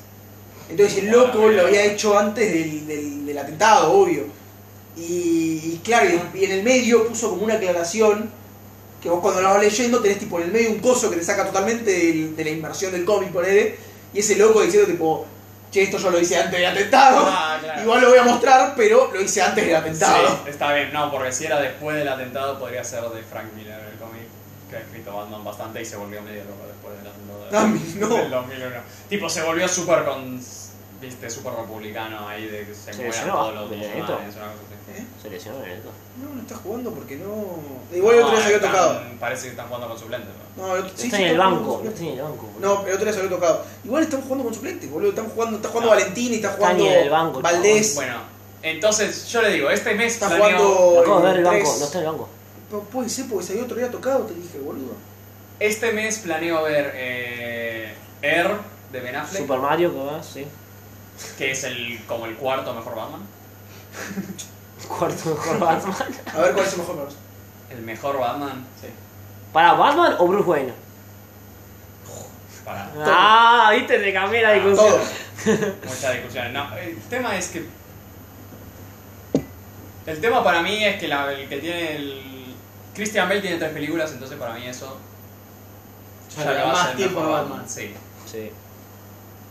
Speaker 3: Entonces el loco lo había hecho antes del, del- del atentado, obvio. Y, y claro, y, y en el medio puso como una aclaración que vos cuando lo vas leyendo tenés tipo en el medio un coso que te saca totalmente del- de la inversión del cómic, ponele, y ese loco diciendo tipo, che, esto yo lo hice antes del atentado,
Speaker 1: Ah, claro.
Speaker 3: igual lo voy a mostrar, pero lo hice antes del atentado.
Speaker 1: Sí, está bien, no, porque si era después del atentado podría ser de Frank Miller el cómic que ha escrito Batman bastante y se volvió medio loco después del
Speaker 3: Ah,
Speaker 1: atentado
Speaker 3: mi-
Speaker 1: del,
Speaker 3: no.
Speaker 1: del 2001. Tipo, se volvió súper con... viste, súper republicano ahí de que se
Speaker 4: Sí,
Speaker 1: mueran
Speaker 4: sí, no,
Speaker 1: todos los
Speaker 4: Benedetto.
Speaker 1: musulmanes, una cosa así.
Speaker 3: ¿Eh?
Speaker 4: Se lesionó en esto.
Speaker 3: No, no está jugando porque no... Igual el otro
Speaker 1: No,
Speaker 3: día se había
Speaker 1: Ah, están-
Speaker 3: tocado.
Speaker 1: Parece que están jugando con suplentes, ¿no?
Speaker 3: No, el otro, sí,
Speaker 4: Está
Speaker 3: sí,
Speaker 4: en el
Speaker 3: está jugando con
Speaker 4: banco. No
Speaker 3: suplentes.
Speaker 4: está en el banco. boludo.
Speaker 3: No, el otro día se había tocado. Igual están jugando con suplentes, boludo. Están jugando, está jugando Valentín y está
Speaker 4: Está
Speaker 3: jugando
Speaker 4: ni en el banco,
Speaker 3: Valdés.
Speaker 1: Bueno, entonces yo le digo, este mes
Speaker 3: Está
Speaker 1: planeo-
Speaker 3: jugando-
Speaker 4: Lo acabo de ver el
Speaker 3: Tres.
Speaker 4: banco. No está en el banco.
Speaker 3: No puede ser porque se había otro día tocado, te dije, boludo.
Speaker 1: Este mes planeo ver eh, Air de Ben Affleck,
Speaker 4: Super Mario, que va, sí.
Speaker 1: que es el como el cuarto mejor Batman.
Speaker 4: Cuarto mejor Batman.
Speaker 3: A ver cuál es el mejor para vos.
Speaker 1: El mejor Batman, sí.
Speaker 4: ¿Para Batman o Bruce Wayne?
Speaker 1: Para
Speaker 4: Ah, viste, te cambié la discusión.
Speaker 3: Todo.
Speaker 1: muchas discusiones. No, el tema es que. El tema para mí es que la, el que tiene el. Christian Bale tiene tres películas, entonces para mí eso.
Speaker 2: Ya le da
Speaker 1: lo hace
Speaker 2: más
Speaker 1: el
Speaker 2: tiempo
Speaker 1: mejor
Speaker 2: a Batman.
Speaker 1: Sí.
Speaker 4: Sí.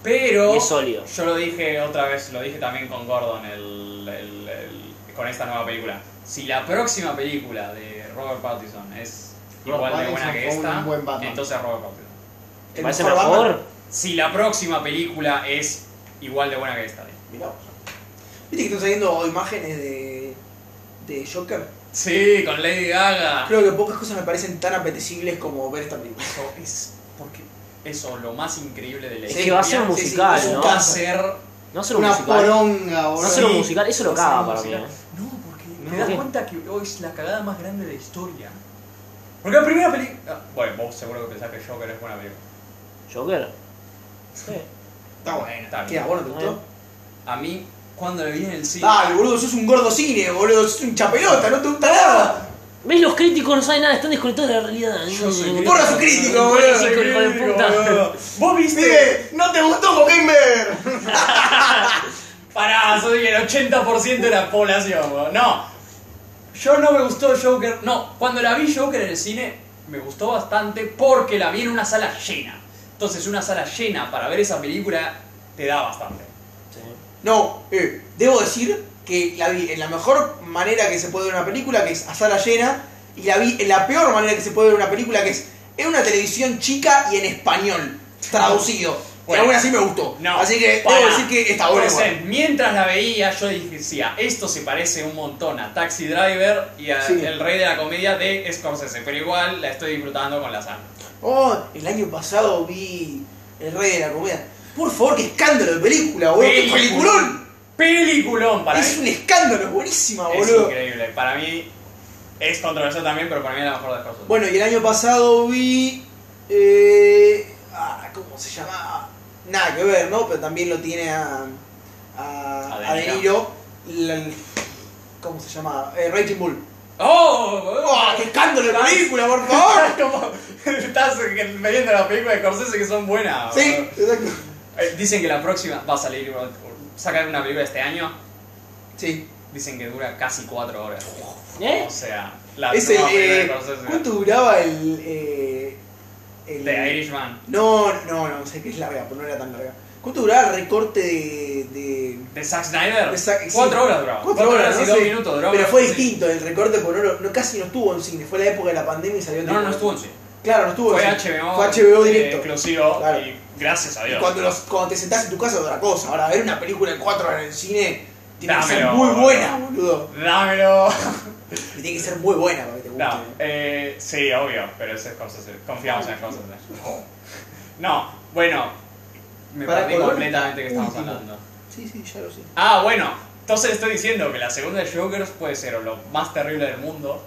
Speaker 1: Pero.
Speaker 4: Y es sólido.
Speaker 1: Yo lo dije otra vez, lo dije también con Gordon el, el- el- con esta nueva película. Si la próxima película de Robert Pattinson es
Speaker 2: Robert
Speaker 1: igual de buena
Speaker 2: Pattinson
Speaker 1: que
Speaker 2: fue un
Speaker 1: esta,
Speaker 2: buen Batman.
Speaker 1: entonces Robert Pattinson.
Speaker 4: ¿Te
Speaker 3: El
Speaker 4: parece
Speaker 3: mejor
Speaker 4: mejor?
Speaker 3: Batman.
Speaker 1: Si la próxima película es igual de buena que esta. tío.
Speaker 3: Mirá vos. Viste que están saliendo imágenes de, de Joker.
Speaker 1: Sí, con Lady
Speaker 4: Ah.
Speaker 1: Gaga.
Speaker 3: Creo que pocas cosas me parecen tan apetecibles como ver esta película.
Speaker 1: Eso es porque eso lo más increíble de la
Speaker 4: Es
Speaker 1: historia.
Speaker 4: que va a ser un
Speaker 3: sí, sí,
Speaker 4: musical,
Speaker 3: es un
Speaker 4: ¿no?
Speaker 1: Va a ser
Speaker 4: No hacer un
Speaker 2: Una
Speaker 4: musical.
Speaker 2: poronga,
Speaker 4: No
Speaker 2: boludo.
Speaker 4: hacer un
Speaker 1: Sí.
Speaker 4: musical, eso
Speaker 1: Va
Speaker 4: lo
Speaker 1: a ser
Speaker 4: caga
Speaker 1: un
Speaker 4: para mí.
Speaker 1: musical.
Speaker 4: ¿eh?
Speaker 1: No, porque
Speaker 4: No,
Speaker 1: te das
Speaker 4: ¿qué?
Speaker 1: cuenta que hoy es la cagada más grande de la historia. Porque la primera película. Bueno, vos seguro que pensás que Joker es buena película.
Speaker 4: Joker. Sí.
Speaker 3: Está bueno.
Speaker 1: Está
Speaker 3: ¿Qué,
Speaker 1: bien.
Speaker 3: a vos no te gustó?
Speaker 1: A mí, cuando la vi en el cine.
Speaker 3: Dale, boludo, sos un gordo cine, boludo, sos un chapelota, no te gusta nada.
Speaker 4: ¿Ves? Los críticos no saben nada, están desconectados de la realidad.
Speaker 1: Yo soy
Speaker 4: No, no,
Speaker 1: crítico.
Speaker 3: Porra, sos crítico,
Speaker 1: Soy
Speaker 3: boludo.
Speaker 1: crítico,
Speaker 4: hijo de
Speaker 1: crítico,
Speaker 4: puta.
Speaker 1: boludo. Vos viste.
Speaker 2: Dije, no te gustó Coquimber.
Speaker 1: Pará, soy el 80% de la población, boludo. No. Yo no me gustó Joker. No, cuando la vi Joker en el cine, me gustó bastante porque la vi en una sala llena. Entonces, una sala llena para ver esa película te da bastante.
Speaker 4: Sí.
Speaker 3: No, eh, debo decir que la vi en la mejor manera que se puede ver una película, que es a sala llena, y la vi en la peor manera que se puede ver una película, que es en una televisión chica y en español, traducido.
Speaker 1: Bueno.
Speaker 3: y aún así me gustó.
Speaker 1: No,
Speaker 3: así que
Speaker 1: pará.
Speaker 3: debo decir que está bueno.
Speaker 1: Entonces,
Speaker 3: igual.
Speaker 1: mientras la veía, yo decía, esto se parece un montón a Taxi Driver y a
Speaker 3: Sí.
Speaker 1: El Rey de la Comedia de Scorsese, pero igual la estoy disfrutando con la sala.
Speaker 3: Oh, el año pasado vi El Rey de la Comedia. Por favor, qué escándalo de película, boludo. ¡Oh, ¡Qué peliculón!
Speaker 1: Peliculón para
Speaker 3: es
Speaker 1: mí.
Speaker 3: un escándalo, es buenísima,
Speaker 1: Es
Speaker 3: boludo.
Speaker 1: increíble. Para mí es controversial también, pero para mí es la mejor de las cosas.
Speaker 3: Bueno, y el año pasado vi. eh, ah, ¿Cómo se llama? Nada que ver, ¿no? Pero también lo tiene a. A,
Speaker 1: A De
Speaker 3: a De Niro. la- ¿Cómo se llama? Eh, Raging Bull.
Speaker 1: ¡Oh!
Speaker 3: ¡Oh, ¡Qué escándalo de
Speaker 1: Estás-
Speaker 3: película, por favor!
Speaker 1: Como- Estás metiendo las películas de Scorsese que son buenas.
Speaker 3: Sí,
Speaker 1: boludo.
Speaker 3: exacto.
Speaker 1: Eh, Dicen que la próxima va a salir, sacar una película este año.
Speaker 3: Sí.
Speaker 1: Dicen que dura casi cuatro horas.
Speaker 4: ¿Eh?
Speaker 1: O sea, la
Speaker 3: Es el.
Speaker 1: nueva película
Speaker 3: eh,
Speaker 1: de Scorsese.
Speaker 3: ¿Cuánto duraba el. eh, el
Speaker 1: De Irishman.
Speaker 3: No, no, no, sé que es larga, pero no era tan larga. ¿Cuánto duraba el recorte de- de
Speaker 1: De Zack Snyder.
Speaker 3: De Zack- sí.
Speaker 1: cuatro horas duraba.
Speaker 3: Cuatro horas,
Speaker 1: y
Speaker 3: no
Speaker 1: dos
Speaker 3: sé.
Speaker 1: minutos duraba.
Speaker 3: Pero fue
Speaker 1: Sí.
Speaker 3: distinto el recorte, porque no, lo- no- casi no estuvo en cine. Fue la época de la pandemia y salió en
Speaker 1: No, no, no
Speaker 3: DVD.
Speaker 1: estuvo en sí.
Speaker 3: Claro, no estuvo
Speaker 1: Fue
Speaker 3: en cine.
Speaker 1: HBO.
Speaker 3: Fue HBO
Speaker 1: eh,
Speaker 3: directo.
Speaker 1: exclusivo.
Speaker 3: Claro.
Speaker 1: Y gracias a
Speaker 3: Y
Speaker 1: Dios.
Speaker 3: cuando, los- cuando te sentás en tu casa es otra cosa. Ahora, ver una película en cuatro horas en el cine tiene que ser
Speaker 1: Dámelo.
Speaker 3: muy buena, boludo.
Speaker 1: Dámelo.
Speaker 3: Y tiene que ser muy buena para que te guste.
Speaker 1: No, eh, sí, obvio, pero eso es Scorsese. Confiamos en Scorsese. No, bueno, me
Speaker 3: Para
Speaker 1: perdí
Speaker 3: color,
Speaker 1: completamente que estamos
Speaker 3: último.
Speaker 1: hablando.
Speaker 3: Sí, sí, ya lo sé.
Speaker 1: Ah, bueno, entonces estoy diciendo que la segunda de Jokers puede ser o lo más terrible del mundo,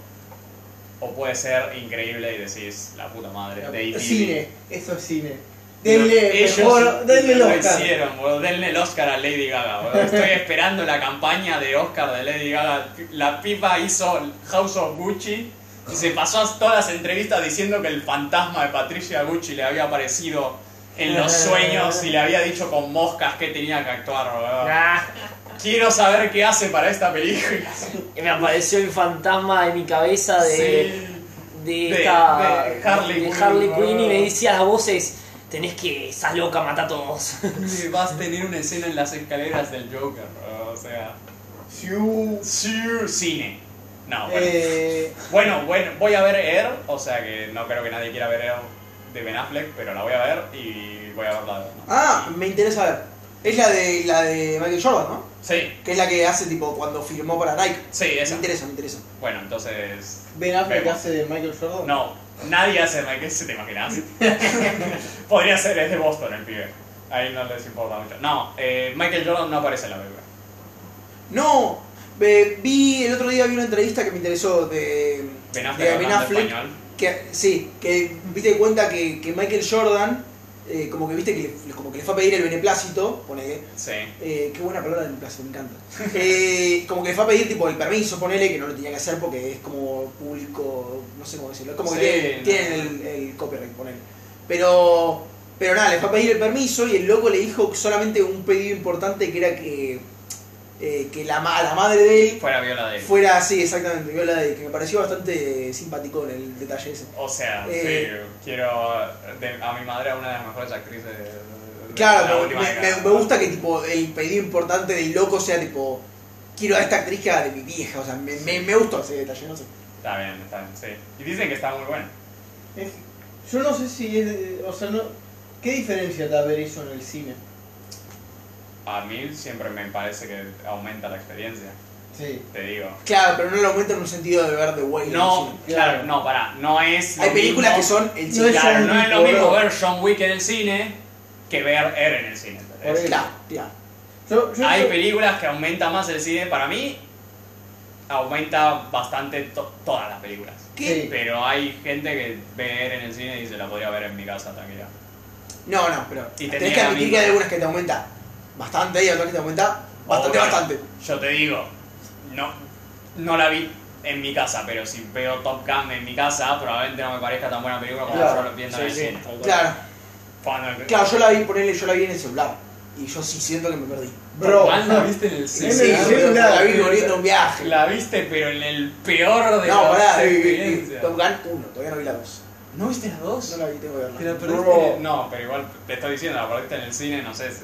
Speaker 1: o puede ser increíble y decís, la puta madre, de E.T..
Speaker 2: Cine, eso es cine. Denle,
Speaker 1: Ellos
Speaker 2: mejor, denle el
Speaker 1: lo
Speaker 2: Oscar.
Speaker 1: hicieron, boludo. Denle el Oscar a Lady Gaga, boludo. Estoy esperando la campaña de Oscar de Lady Gaga. La pipa hizo House of Gucci y se pasó a todas las entrevistas diciendo que el fantasma de Patricia Gucci le había aparecido en los sueños y le había dicho con moscas que tenía que actuar, boludo.
Speaker 4: Ah,
Speaker 1: Quiero saber qué hace para esta película.
Speaker 4: me apareció el fantasma en mi cabeza de.
Speaker 1: Sí.
Speaker 4: de
Speaker 1: De-
Speaker 4: esta
Speaker 1: de Harley
Speaker 4: de Harley
Speaker 1: Quinn,
Speaker 4: Quinn y me
Speaker 1: boludo.
Speaker 4: decía las voces tenés que estás loca mata a todos
Speaker 1: Vas a tener una escena en las escaleras del Joker, boludo. O sea.
Speaker 2: Siu.
Speaker 1: sí, Cine. No, bueno.
Speaker 2: Eh,
Speaker 1: Bueno, bueno, voy a ver Air, o sea que no creo que nadie quiera ver Air de Ben Affleck, pero la voy a ver y voy a verla. ¿no?
Speaker 3: Ah, me interesa ver. Es la de, la de Michael Jordan, ¿no?
Speaker 1: Sí,
Speaker 3: Que es la que hace tipo cuando firmó para Nike.
Speaker 1: sí,
Speaker 3: Me
Speaker 1: esa.
Speaker 3: interesa, me interesa.
Speaker 1: Bueno, entonces.
Speaker 2: ben Affleck
Speaker 1: Vemos.
Speaker 2: hace de Michael Jordan.
Speaker 1: No, nadie hace Michael, ¿se te imaginas? Podría ser, es de Boston el pibe. Ahí no les importa mucho. No, eh, Michael Jordan no aparece en la película.
Speaker 3: No, eh, vi el otro día vi una entrevista que me interesó de
Speaker 1: Ben Affleck,
Speaker 3: de Ben
Speaker 1: hablando
Speaker 3: Affleck,
Speaker 1: español.
Speaker 3: que sí, que viste cuenta que, que Michael Jordan eh, como que viste que le, como que le fue a pedir el beneplácito, ponele,
Speaker 1: Sí.
Speaker 3: eh, qué buena palabra beneplácito, me encanta. Eh, como que le fue a pedir tipo el permiso, ponele que no lo tenía que hacer porque es como público, no sé cómo decirlo, es como
Speaker 1: Sí,
Speaker 3: que tiene-
Speaker 1: no.
Speaker 3: tienen el, el copyright, ponele. Pero pero nada, le fue a pedir el permiso y el loco le dijo solamente un pedido importante que era que eh, que la, ma- la madre de él
Speaker 1: Fuera viola de él.
Speaker 3: fuera así, exactamente, viola de que me pareció bastante simpático en el detalle ese.
Speaker 1: O sea,
Speaker 3: Eh.
Speaker 1: sí, quiero de- a mi madre a una de las mejores actrices de, de- de la
Speaker 3: Claro, me,
Speaker 1: última
Speaker 3: me-
Speaker 1: década.
Speaker 3: me gusta que tipo el pedido importante del loco sea tipo quiero a esta actriz que haga de mi vieja, o sea, me, me, me gustó ese detalle, no sé.
Speaker 1: Está bien, está bien, sí. Y dicen que está muy buena.
Speaker 2: Es- yo no sé si es. de- O sea, no. ¿Qué diferencia da ver eso en el cine?
Speaker 5: a mil siempre me parece que aumenta la experiencia,
Speaker 2: Sí.
Speaker 5: te digo.
Speaker 3: Claro, pero no lo aumenta en un sentido de ver de vuelta.
Speaker 5: No,
Speaker 3: sino-
Speaker 5: claro, no, pará, no es. lo
Speaker 3: Hay películas que
Speaker 5: mismo-
Speaker 3: son el
Speaker 2: No es
Speaker 3: claro,
Speaker 2: John
Speaker 5: Claro, no es lo
Speaker 2: Wick,
Speaker 5: mismo
Speaker 2: boludo.
Speaker 5: ver John Wick en el cine que ver Air en el cine. ¿entendés?
Speaker 2: Por eso.
Speaker 3: Claro, claro.
Speaker 2: Yo, yo-
Speaker 5: Hay
Speaker 2: yo-
Speaker 5: películas que aumentan más el cine, para mí aumenta bastante to- todas las películas.
Speaker 2: ¿Qué?
Speaker 5: Pero hay gente que ve Air en el cine y se la podría ver en mi casa tranquila.
Speaker 3: No, no, pero
Speaker 5: Y
Speaker 3: tenés
Speaker 5: tenía
Speaker 3: que
Speaker 5: la
Speaker 3: admitir que
Speaker 5: misma.
Speaker 3: hay algunas que te aumenta bastante y otras que te aumenta bastante,
Speaker 5: Obvio.
Speaker 3: bastante.
Speaker 5: Yo te digo, no, no la vi en mi casa, pero si veo Top Gun en mi casa, probablemente no me parezca tan buena película como yo
Speaker 2: Claro.
Speaker 5: lo viendo en el cine.
Speaker 4: tal cual.
Speaker 3: Claro,
Speaker 5: Cuando-
Speaker 3: claro, yo la vi, ponele, yo la vi en el celular. Y yo sí siento que me perdí.
Speaker 2: Bro.
Speaker 1: ¿Cuál la viste en el
Speaker 3: Sí,
Speaker 1: cine?
Speaker 3: sí,
Speaker 2: el
Speaker 3: boludo,
Speaker 2: celular.
Speaker 3: la vi volviendo a un viaje.
Speaker 5: La viste, pero en el peor de
Speaker 3: No,
Speaker 5: las
Speaker 3: pará, vi- vi- vi
Speaker 5: experiencias.
Speaker 3: Top Gun 1, todavía no vi la 2.
Speaker 1: ¿No viste las dos?
Speaker 3: No la vi, tengo que
Speaker 1: Te la
Speaker 3: verla.
Speaker 1: perdiste.
Speaker 2: Bro.
Speaker 5: No, pero igual te estoy diciendo, la perdiste en el cine, no sé si.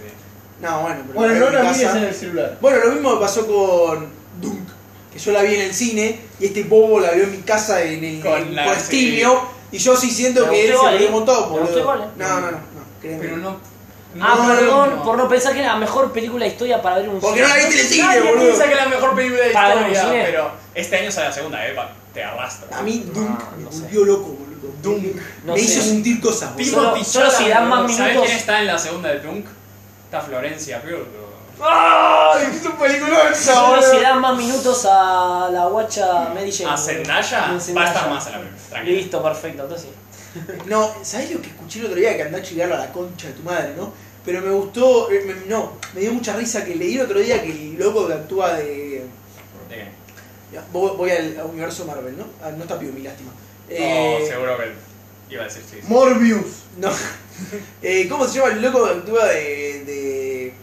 Speaker 3: No, bueno, pero
Speaker 2: Bueno, no
Speaker 3: en mi
Speaker 2: la mires
Speaker 3: casa-
Speaker 2: en el celular.
Speaker 3: Bueno, lo mismo me pasó con Dunk, que yo la vi en el cine y este bobo la vio en mi casa en el
Speaker 5: Con
Speaker 3: en
Speaker 5: la-
Speaker 3: Portillo, y yo sí siento
Speaker 4: Me
Speaker 3: que él
Speaker 4: gustó,
Speaker 3: se
Speaker 4: ¿eh?
Speaker 3: lo dio un montón,
Speaker 4: Me gustó
Speaker 3: boludo.
Speaker 4: igual, ¿eh?
Speaker 3: No, no, no, no, créeme.
Speaker 1: Pero no.
Speaker 4: Ah,
Speaker 1: no,
Speaker 4: perdón
Speaker 1: no.
Speaker 4: por no pensar que era la mejor película de historia para ver un
Speaker 3: Porque no la viste en el cine,
Speaker 1: Nadie
Speaker 3: boludo.
Speaker 1: piensa que es la mejor película de
Speaker 4: Para
Speaker 1: historia,
Speaker 4: un cine.
Speaker 1: pero.
Speaker 5: Este año sale la segunda, eh, pa- te arrastro.
Speaker 3: A mí Dunk
Speaker 4: Ah,
Speaker 3: me
Speaker 4: no sé.
Speaker 3: volvió loco, boludo. Dunk
Speaker 4: No
Speaker 3: me
Speaker 4: sé.
Speaker 3: hizo sentir cosas, boludo.
Speaker 4: Solo-
Speaker 1: Timothy
Speaker 4: solo si dan más
Speaker 5: ¿Sabes
Speaker 4: minutos.
Speaker 5: quién está en la segunda de Dunk? Está Florencia Pure. bro.
Speaker 4: ¡Ay!
Speaker 3: Es un peliculón,
Speaker 4: Solo
Speaker 3: boludo.
Speaker 4: se dan más minutos a la guacha Mary Jane.
Speaker 5: A Zendaya
Speaker 4: boludo.
Speaker 5: va a estar más en la primera, tranquilo.
Speaker 4: Listo, perfecto, entonces sí.
Speaker 3: No, ¿sabés lo que escuché el otro día? Que andá a chigarlo a la concha de tu madre, ¿no? Pero me gustó, eh, me- no, me dio mucha risa que leí el otro día que el loco que actúa de...
Speaker 5: ¿De
Speaker 3: Ya, Voy voy al al universo Marvel, ¿no? Ah, No está Piumi, mi lástima.
Speaker 5: qué?
Speaker 3: Eh,
Speaker 5: Oh, seguro que iba a decir chiste.
Speaker 2: Morbius.
Speaker 3: no. Eh, ¿Cómo se llama el loco que actúa de, de-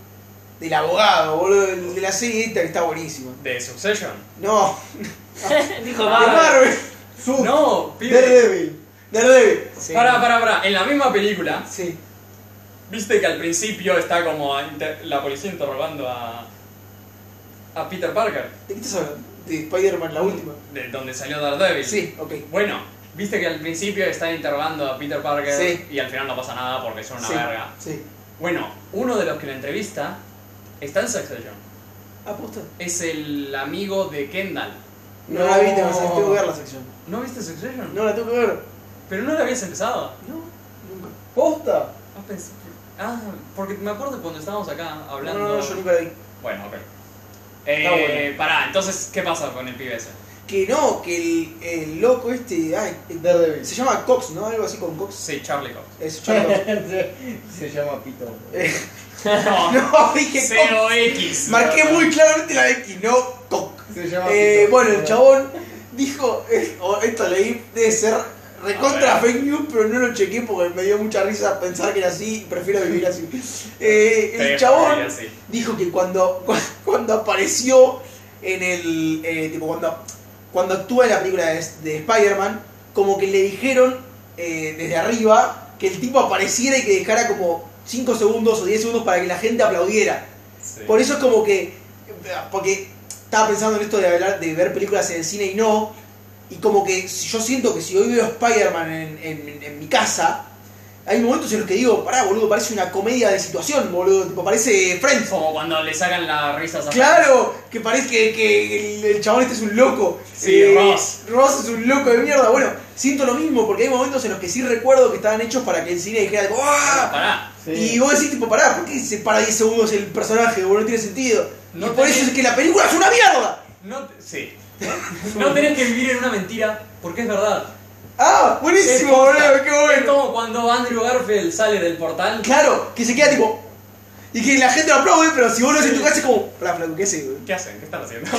Speaker 3: del abogado, boludo? El De la serie esta que está buenísima.
Speaker 5: ¿De Succession?
Speaker 3: No,
Speaker 4: Dijo
Speaker 3: de
Speaker 4: Marvel.
Speaker 3: Marvel.
Speaker 2: Su.
Speaker 1: No, pibe.
Speaker 2: Daredevil.
Speaker 3: Daredevil.
Speaker 4: Sí.
Speaker 1: Pará, pará, pará. En la misma película,
Speaker 3: Sí.
Speaker 1: viste que al principio está como a inter- la policía interrogando a. a Peter Parker,
Speaker 3: ¿De qué estás hablando? De Spider-Man, la última.
Speaker 1: de donde salió Daredevil.
Speaker 3: Sí, ok.
Speaker 1: Bueno, viste que al principio están interrogando a Peter Parker
Speaker 3: Sí.
Speaker 5: Y al final no pasa nada porque son una
Speaker 3: sí,
Speaker 5: verga.
Speaker 3: Sí.
Speaker 1: Bueno, uno de los que la entrevista está en Succession.
Speaker 3: ¿Aposta?
Speaker 1: Es el amigo de Kendall.
Speaker 3: No,
Speaker 1: No.
Speaker 3: la vi, tengo, que- tengo que ver la sección.
Speaker 1: ¿No viste Succession?
Speaker 3: No, la tengo que ver.
Speaker 1: Pero no la habías empezado.
Speaker 3: No, nunca.
Speaker 2: Posta.
Speaker 1: Ah, pensé- Ah, porque me acuerdo cuando estábamos acá hablando.
Speaker 3: No, no, no, yo nunca la vi.
Speaker 5: Bueno, ok. Eh,
Speaker 2: bueno.
Speaker 5: Pará, entonces, ¿qué pasa con el pibe ese?
Speaker 3: Que no, que el, el loco este. Ay, el-
Speaker 2: Daredevil.
Speaker 3: se llama Cox, ¿no? Algo así con Cox.
Speaker 5: Sí, Charlie Cox.
Speaker 3: Es Charlie Cox.
Speaker 2: se, se llama Pito.
Speaker 3: Eh,
Speaker 5: No,
Speaker 3: no, dije Cox.
Speaker 5: COX.
Speaker 3: Marqué muy claramente la X, no Cox.
Speaker 2: Se llama
Speaker 3: Eh,
Speaker 2: Pito.
Speaker 3: bueno, el chabón dijo. eh, o esto leí, debe ser recontra
Speaker 5: A ver.
Speaker 3: fake news, pero no lo chequé porque me dio mucha risa pensar que era así y prefiero vivir así. Eh, el
Speaker 5: Te
Speaker 3: chabón.
Speaker 5: jodí así.
Speaker 3: dijo que cuando, cu- cuando apareció en el. eh, tipo, cuando, cuando actúa en la película de, de Spider-Man, como que le dijeron eh, desde arriba que el tipo apareciera y que dejara como 5 segundos o 10 segundos para que la gente aplaudiera.
Speaker 5: Sí.
Speaker 3: Por eso es como que. Porque estaba pensando en esto de, hablar, de ver películas en el cine y no. Y como que si- yo siento que si hoy veo Spider-Man en, en- en mi casa, hay momentos en los que digo, pará, boludo, parece una comedia de situación, boludo. Tipo, parece Friends.
Speaker 5: Como cuando le sacan las risas a
Speaker 3: Claro, que parece que, que el, el chabón este es un loco. Eh,
Speaker 5: Sí, Ross.
Speaker 3: Ross es un loco de mierda. Bueno, siento lo mismo porque hay momentos en los que sí recuerdo que estaban hechos para que el cine dijera algo. "Ah".
Speaker 5: Pará.
Speaker 2: Sí.
Speaker 3: Y vos decís, tipo, pará, ¿por qué se para 10 segundos el personaje? Boludo, no tiene sentido.
Speaker 1: No
Speaker 3: y por
Speaker 1: tenés-
Speaker 3: eso es que la película es una mierda.
Speaker 1: No te- sí. no tenés que vivir en una mentira porque es verdad.
Speaker 3: Ah, buenísimo,
Speaker 1: Es posta.
Speaker 3: boludo, qué
Speaker 1: Es
Speaker 3: bueno.
Speaker 1: como cuando Andrew Garfield sale del portal.
Speaker 3: Claro, que se queda tipo. Y que la gente lo aplaude, pero si vos lo haces en tu casa es como. Pará, flaco, ¿qué haces, boludo?
Speaker 5: ¿Qué hacen? ¿Qué están haciendo?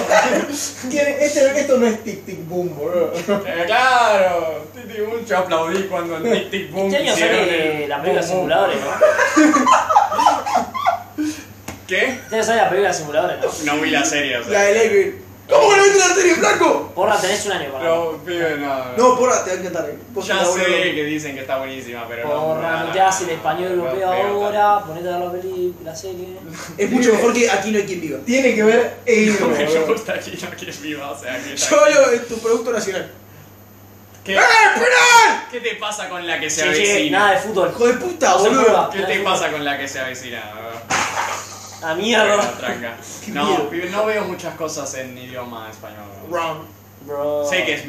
Speaker 2: Tiene- este- esto no es tic tic boom, boludo.
Speaker 5: Eh, claro. Titi Boom, yo aplaudí cuando en Tic Tic Boom
Speaker 4: Este año
Speaker 5: hicieron
Speaker 4: sale
Speaker 5: el
Speaker 4: la película
Speaker 5: boom, boom.
Speaker 4: Simuladores, ¿no?
Speaker 5: ¿Qué?
Speaker 4: Este año sale la película Simuladores, ¿no?
Speaker 5: No vi la serie, o
Speaker 3: La
Speaker 5: sea.
Speaker 3: de Legend. ¿Cómo que no viste la serie, flaco?
Speaker 4: Porra, tenés un año para verla.
Speaker 5: No, pibe, no.
Speaker 3: No, porra, te va a encantar. eh. Vos
Speaker 5: Ya
Speaker 3: sos la
Speaker 5: sé
Speaker 3: boludo.
Speaker 5: que dicen que está buenísima, pero no.
Speaker 4: Porra, no te hagas el español europeo ahora, ponete a ver la peli, la serie.
Speaker 3: Es mucho mejor que aquí no hay quien viva.
Speaker 2: Tiene que ver el
Speaker 5: Porque yo
Speaker 2: boludo.
Speaker 5: está aquí, no que viva, o sea, que está
Speaker 3: Yo
Speaker 5: aquí.
Speaker 3: lo es tu producto nacional.
Speaker 5: ¿Qué,
Speaker 3: ¡Eh, esperá!
Speaker 5: ¿Qué te pasa con la que se
Speaker 4: Sí, sí,
Speaker 5: avecina?
Speaker 4: nada de fútbol.
Speaker 3: Hijo de puta,
Speaker 4: No se
Speaker 3: boludo.
Speaker 4: mueva.
Speaker 5: ¿Qué te pasa con la que se avecina?
Speaker 4: ¡A
Speaker 1: Bueno,
Speaker 4: mierda!
Speaker 1: tranca.
Speaker 3: Qué
Speaker 1: No,
Speaker 3: miedo.
Speaker 1: pibe, no veo muchas cosas en idioma español.
Speaker 3: Wrong.
Speaker 4: Bro.
Speaker 1: Sé que es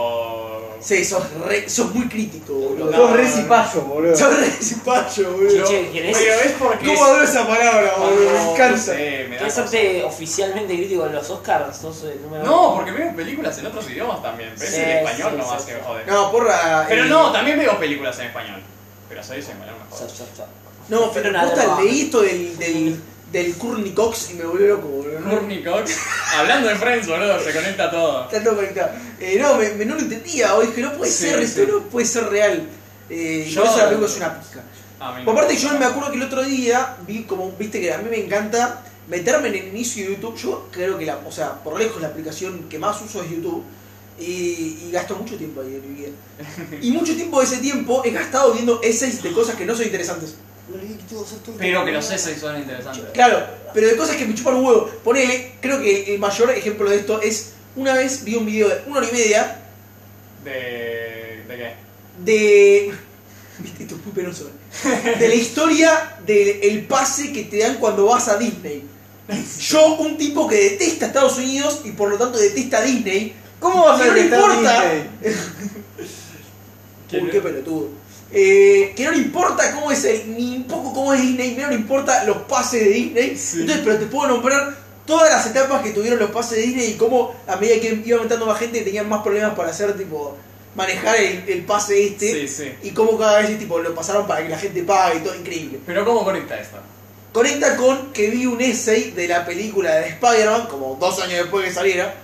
Speaker 1: medio.
Speaker 3: Sí, sos, re- sos muy crítico, boludo.
Speaker 1: No.
Speaker 2: Sos re cipayo, boludo.
Speaker 3: Sos re cipallo, boludo.
Speaker 1: Yo-
Speaker 4: Che, ¿querés-
Speaker 1: Pero es Ah, porque.
Speaker 3: ¿Cómo adoro esa palabra,
Speaker 1: cuando-
Speaker 3: boludo? Me
Speaker 1: No
Speaker 3: encanta.
Speaker 1: sé, me da
Speaker 4: ¿Querés hacerte oficialmente crítico de los Oscars? Sos el número
Speaker 1: No,
Speaker 4: uno.
Speaker 1: porque veo películas en otros idiomas también. Pero
Speaker 4: Sí,
Speaker 1: es en español
Speaker 4: sí,
Speaker 1: nomás
Speaker 4: sí,
Speaker 1: que
Speaker 4: sí.
Speaker 1: jode.
Speaker 3: No, porra.
Speaker 1: Pero
Speaker 3: eh,
Speaker 1: no, también veo películas en español. Pero soy en español
Speaker 4: Yo,
Speaker 1: mejor.
Speaker 4: yo, yo.
Speaker 3: No, pero
Speaker 4: Nada,
Speaker 3: puta,
Speaker 4: no.
Speaker 3: leí esto del, del, del Courtney Cox y me volvió loco, boludo. No,
Speaker 1: Courtney Cox. Hablando de Friends, boludo, se conecta todo.
Speaker 3: Está todo conectado. Eh, no, me, me- no lo entendía. O dije, no puede
Speaker 1: Sí,
Speaker 3: ser,
Speaker 1: sí.
Speaker 3: esto no puede ser real. Eh,
Speaker 1: Yo-
Speaker 3: yo esa película es una pizca.
Speaker 1: A mí no.
Speaker 3: Por parte, yo me acuerdo que el otro día vi como, viste que a mí me encanta meterme en el inicio de YouTube. Yo creo que la, o sea, por lejos la aplicación que más uso es YouTube. Y, y gasto mucho tiempo ahí en mi vida. Y mucho tiempo de ese tiempo he gastado viendo essays de cosas que no son interesantes.
Speaker 1: Pero que los essays son interesantes.
Speaker 3: Claro, pero de cosas que me chupan un huevo. Ponele, creo que el mayor ejemplo de esto es una vez vi un video de una hora y media
Speaker 1: ¿De. ¿De qué?
Speaker 3: de. Viste, esto es muy penoso. eh. De la historia del el pase que te dan cuando vas a Disney. Yo, un tipo que detesta Estados Unidos y por lo tanto detesta a Disney.
Speaker 2: ¿Cómo vas a
Speaker 3: que no le
Speaker 2: detestar
Speaker 3: importa?
Speaker 2: Disney?
Speaker 1: ¿Quién
Speaker 3: Uy,
Speaker 1: es?
Speaker 3: qué pelotudo. Eh, que no le importa cómo es el, ni un poco cómo es Disney, menos le importa los pases de Disney. Entonces, pero te puedo nombrar todas las etapas que tuvieron los pases de Disney y cómo a medida que iba aumentando más gente tenían más problemas para hacer tipo manejar el, el pase este.
Speaker 1: Sí, sí.
Speaker 3: Y cómo cada vez tipo, lo pasaron para que la gente pague y todo, increíble.
Speaker 1: Pero ¿cómo conecta esto?
Speaker 3: Conecta con que vi un essay de la película de Spider-Man, como dos años después que saliera.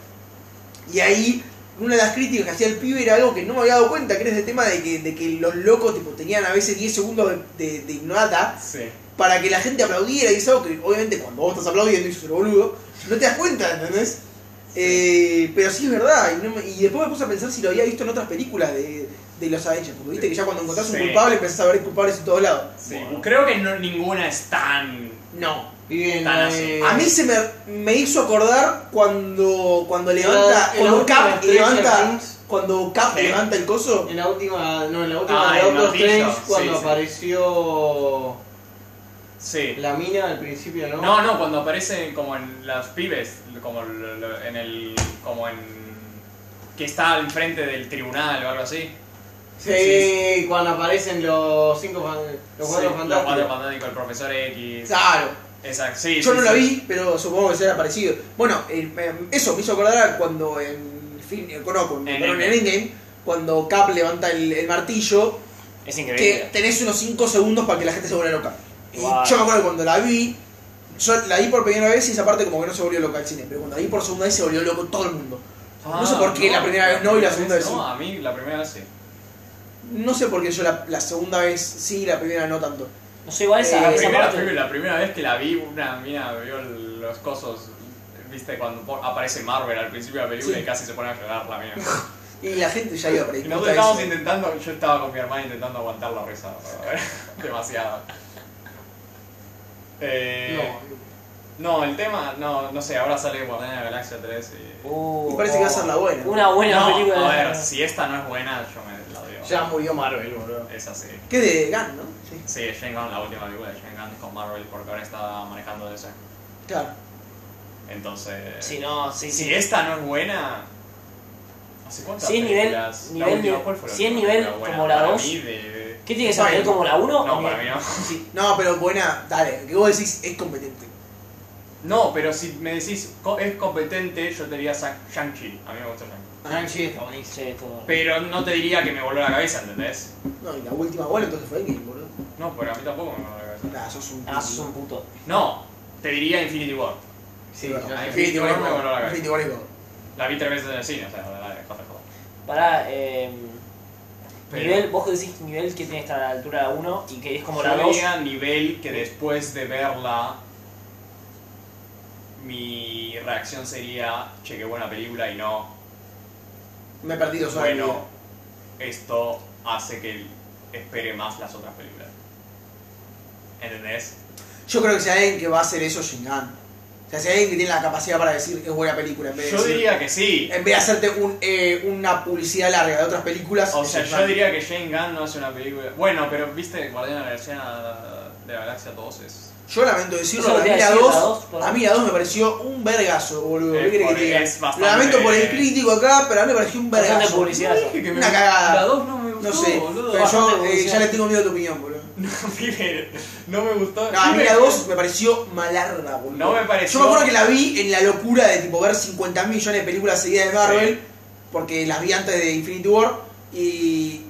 Speaker 3: Y ahí, una de las críticas que hacía el pibe era algo que no me había dado cuenta, que era ese tema de que, de que los locos tipo, tenían a veces 10 segundos de, de, de nada
Speaker 1: Sí.
Speaker 3: para que la gente aplaudiera. Y es algo que, obviamente, cuando vos estás aplaudiendo y sos el boludo, no te das cuenta, ¿entendés? Eh, pero sí es verdad. Y, no me- y después me puse a pensar si lo había visto en otras películas de, de los Avengers. Porque viste que ya cuando encontrás un
Speaker 1: Sí.
Speaker 3: culpable empezás a ver culpables en todos lados.
Speaker 1: Sí. Creo que no- ninguna es tan.
Speaker 3: No.
Speaker 2: Viven,
Speaker 1: Tan
Speaker 2: eh,
Speaker 3: A mí se me, me hizo acordar cuando cuando levanta
Speaker 2: en la
Speaker 3: cuando
Speaker 2: última
Speaker 3: Cap
Speaker 2: Stranger
Speaker 3: levanta
Speaker 2: Things.
Speaker 3: cuando Cap
Speaker 1: Sí.
Speaker 3: levanta el coso.
Speaker 2: En la última, no, en la última
Speaker 1: Ah,
Speaker 2: de
Speaker 1: el
Speaker 2: Doctor
Speaker 1: martillo.
Speaker 2: Strange, cuando
Speaker 1: Sí, sí.
Speaker 2: apareció
Speaker 1: Sí.
Speaker 2: la mina al principio, ¿no?
Speaker 1: No, no, cuando aparecen como en las pibes, como lo- lo- en el. como en. que está al frente del tribunal o algo así.
Speaker 2: Sí,
Speaker 1: sí,
Speaker 2: cuando aparecen los cinco fan- los cuatro
Speaker 1: Sí, Los cuatro
Speaker 2: fantásticos.
Speaker 1: fantásticos, el profesor X.
Speaker 3: Claro.
Speaker 1: Exacto, sí.
Speaker 3: Yo
Speaker 1: sí,
Speaker 3: no la
Speaker 1: sí.
Speaker 3: vi, pero supongo que será parecido. Bueno, eh, eh, eso me hizo acordar a cuando en fin, eh, no, con-
Speaker 1: En
Speaker 3: perdón, en
Speaker 1: Endgame.
Speaker 3: Endgame, cuando Cap levanta el, el martillo,
Speaker 4: Es
Speaker 3: que
Speaker 4: increíble.
Speaker 3: tenés unos 5 segundos para que la gente se vuelva loca. Y
Speaker 4: Wow.
Speaker 3: yo me acuerdo que cuando la vi, yo la vi por primera vez y esa parte como que no se volvió loca el cine, pero cuando la vi por segunda vez se volvió loco todo el mundo. No sé por qué la primera vez no y la segunda vez sí.
Speaker 1: Ah, No, a mí la primera vez sí.
Speaker 3: No sé por qué yo la, la segunda vez sí, la primera no tanto.
Speaker 4: No sé, igual esa,
Speaker 3: Eh,
Speaker 1: La
Speaker 4: esa
Speaker 1: primera,
Speaker 4: parte.
Speaker 1: la primera vez que la vi, una mina vio los cosos, viste, cuando po- aparece Marvel al principio de la película
Speaker 3: Sí.
Speaker 1: y casi se pone a llorar la mina.
Speaker 3: Y la gente ya iba a
Speaker 1: Y nosotros
Speaker 3: predispuesta a eso.
Speaker 1: estábamos intentando, yo estaba con mi hermana intentando aguantar la risa, ¿no? demasiado. Eh, no. el tema, no, no sé, ahora sale Guardianes de la Galaxia 3 y...
Speaker 4: Uh,
Speaker 3: Me parece que va a ser la buena.
Speaker 4: Una buena
Speaker 1: no,
Speaker 4: película.
Speaker 1: a ver, si esta no es buena, yo me la odio.
Speaker 2: Ya murió Marvel, boludo.
Speaker 1: Es así.
Speaker 3: Que es de Gunn, ¿no? Sí.
Speaker 1: Sí, Shane Gunn, la última película de Shane Gunn con Marvel, porque ahora está manejando DC.
Speaker 3: Claro.
Speaker 1: Entonces...
Speaker 4: Si no, sí, sí.
Speaker 1: Si esta no es buena. ¿Hace cuántas
Speaker 4: Si es nivel-
Speaker 1: películas? La
Speaker 4: nivel
Speaker 1: última,
Speaker 4: de-
Speaker 1: ¿cuál fue la
Speaker 4: si es
Speaker 1: última
Speaker 4: nivel
Speaker 1: película buena?
Speaker 4: como la
Speaker 1: Para
Speaker 4: dos.
Speaker 1: mí de-
Speaker 4: ¿Qué tiene que ser? ¿Nivel como la 1?
Speaker 1: No, para mí no.
Speaker 3: Sí. No, pero buena, dale, que vos decís es competente.
Speaker 1: No, pero si me decís co- es competente, yo te diría Sa- Shang-Chi. A mí me gusta Shang-Chi.
Speaker 2: Shang-Chi está buenísimo.
Speaker 4: Sí, todo.
Speaker 1: Pero no te diría que me voló la cabeza, ¿entendés?
Speaker 3: No, y la última buena entonces fue Endgame, boludo.
Speaker 1: No, pero a mí tampoco me voló la cabeza.
Speaker 3: Nah, sos un.
Speaker 4: Ah, sos un puto.
Speaker 1: No, te diría Infinity War.
Speaker 2: Sí,
Speaker 3: Sí,
Speaker 2: ya-
Speaker 3: Infinity War es
Speaker 1: me voló la
Speaker 3: God.
Speaker 1: cabeza.
Speaker 3: Infinity War es God.
Speaker 1: La vi tres veces en el cine, o sea, la de joder, joder.
Speaker 4: Pará, eh.
Speaker 1: Pero-
Speaker 4: Nivel, vos decís nivel que tiene que estar a la altura de 1 y que es como
Speaker 1: Yo
Speaker 4: la 2.
Speaker 1: diría nivel que después de verla mi reacción sería, che, qué buena película y no,
Speaker 3: Me he perdido solo.
Speaker 1: bueno, esto hace que espere más las otras películas. ¿Entendés?
Speaker 3: Yo creo que si hay alguien que va a hacer eso es Shingan. sea, si hay alguien que tiene la capacidad para decir es buena película, en vez de,
Speaker 1: Yo
Speaker 3: decir-
Speaker 1: diría que sí.
Speaker 3: en vez de hacerte un, eh, una publicidad larga de otras películas.
Speaker 1: O
Speaker 3: es
Speaker 1: sea,
Speaker 3: James
Speaker 1: yo
Speaker 3: Gunn.
Speaker 1: diría que Shane Gunn no hace una película. Bueno, pero viste, Guardián de la Galaxia, de la Galaxia 2 es.
Speaker 3: Yo lamento decirlo,
Speaker 4: Eso
Speaker 3: pero a
Speaker 4: te
Speaker 3: mí
Speaker 4: iba a
Speaker 3: la
Speaker 4: decir,
Speaker 3: 2,
Speaker 4: la dos, por
Speaker 3: a mí la 2 me pareció un vergazo, boludo.
Speaker 1: Eh,
Speaker 3: ¿Qué querés que
Speaker 1: por-
Speaker 3: te diga?
Speaker 1: es
Speaker 3: Lo
Speaker 1: bastante-
Speaker 3: Lamento por el crítico acá, pero a mí me pareció un
Speaker 4: Bastante
Speaker 3: vergazo.
Speaker 4: publicidad. esa.
Speaker 1: Dije que me
Speaker 3: Una
Speaker 1: gustó.
Speaker 3: cagada.
Speaker 1: La 2 no me gustó,
Speaker 3: No sé,
Speaker 1: boludo.
Speaker 3: pero yo
Speaker 4: bastante
Speaker 3: eh, ya
Speaker 4: publicidad.
Speaker 3: le tengo miedo a tu opinión, boludo.
Speaker 1: Pibe, no me gustó.
Speaker 3: No, a mí
Speaker 1: Pibe,
Speaker 3: la 2 me pareció malarda, boludo.
Speaker 1: No me pareció.
Speaker 3: Yo me acuerdo que la vi en la locura de tipo ver 50 millones de películas seguidas de Marvel,
Speaker 1: Sí.
Speaker 3: porque las vi antes de Infinity War y,